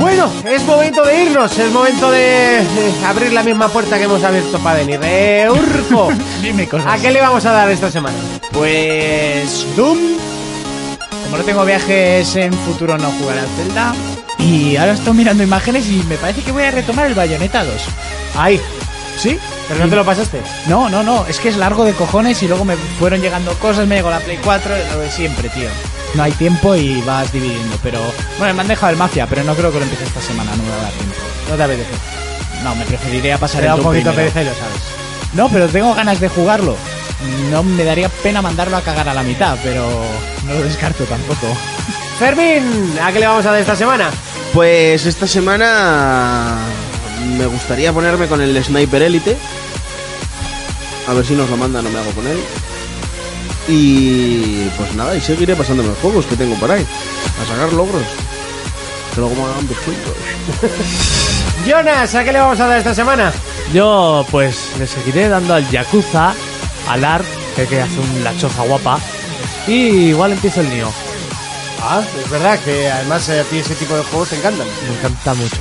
Bueno, es momento de irnos, es momento de eh, abrir la misma puerta que hemos abierto para venir. Eh, Urco,
Dime cosas.
¿a qué le vamos a dar esta semana?
Pues Doom. Como no tengo viajes en futuro no jugaré al Zelda. Y ahora estoy mirando imágenes y me parece que voy a retomar el Bayonetta 2.
Ay,
¿Sí?
pero no te lo pasaste.
No, no, no. Es que es largo de cojones y luego me fueron llegando cosas, me llegó la Play 4, lo de siempre, tío. No hay tiempo y vas dividiendo, pero... Bueno, me han dejado el Mafia, pero no creo que lo empiece esta semana, no me va a dar tiempo.
No te apetece.
No, me preferiría pasar
Te da
el
un
Doom
poquito
primero.
pereza y lo sabes.
No, pero tengo ganas de jugarlo. No me daría pena mandarlo a cagar a la mitad, pero no lo descarto tampoco.
Fermín, ¿a qué le vamos a dar esta semana?
Pues esta semana me gustaría ponerme con el Sniper Elite. A ver si nos lo manda, no me hago con él. Y pues nada, y seguiré pasándome los juegos que tengo por ahí. A sacar logros. Que luego me hagan bizcochos.
Jonas, ¿a qué le vamos a dar esta semana?
Yo, pues, le seguiré dando al Yakuza, al Ark, que, que hace un lachoza guapa. Y igual empiezo el Nio.
Ah, es verdad que además eh, a ti ese tipo de juegos te encantan.
Me encanta mucho.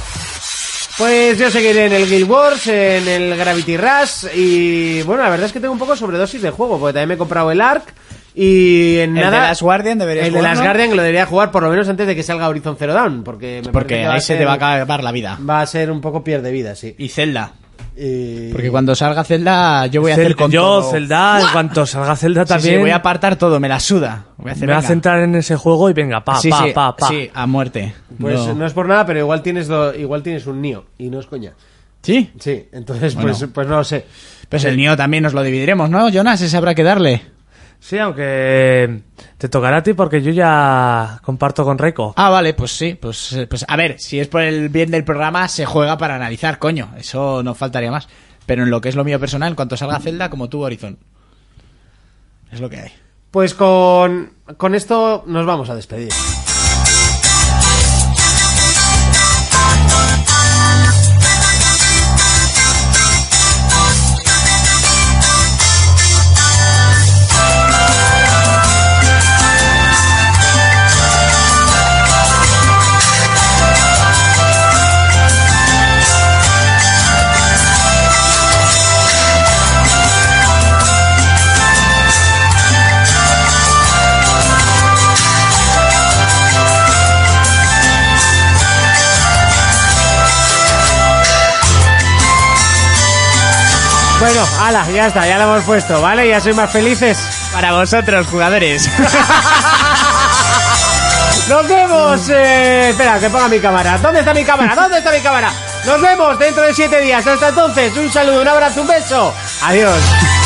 Pues yo seguiré en el Guild Wars, en el Gravity Rush y bueno, la verdad es que tengo un poco sobredosis de juego porque también me he comprado el Ark y en
El
nada...
de Last Guardian debería
el de Last Guardian que lo debería jugar por lo menos antes de que salga Horizon Zero Dawn porque... me parece
Porque
que va a
ahí se
ser-
te va a acabar la vida.
Va a ser un poco pierde vida, sí.
Y Zelda.
Y-
Porque cuando salga Zelda, yo voy a hacer
Cel-
con
yo,
todo.
Zelda, en cuanto salga Zelda
Sí, sí,
también,
voy a apartar todo, me la suda. Voy a
me
hacer,
voy a
venga.
centrar en ese juego y venga, pa,
sí,
pa,
sí,
pa, pa.
sí, a muerte.
Pues
No.
no. es por nada, pero igual tienes, do- igual tienes un Nio y no es coña.
¿Sí?
Sí, entonces
Bueno.
pues, pues no lo sé.
Pues el mío también nos lo dividiremos, ¿no, Jonas? Ese habrá que darle.
Sí, aunque te tocará a ti porque yo ya comparto con Reiko.
Ah, vale, pues sí. Pues, eh, pues a ver, si es por el bien del programa, se juega para analizar, coño. Eso no faltaría más. Pero en lo que es lo mío personal, en cuanto salga Zelda, como tú, Horizon. Es lo que hay.
Pues con, con esto nos vamos a despedir. Bueno, ala, ya está, ya lo hemos puesto, ¿vale? Ya sois más felices.
Para vosotros, jugadores.
Nos vemos. eh, espera, que ponga mi cámara. ¿Dónde está mi cámara? ¿Dónde está mi cámara? Nos vemos dentro de siete días. Hasta entonces, un saludo, un abrazo, un beso. Adiós.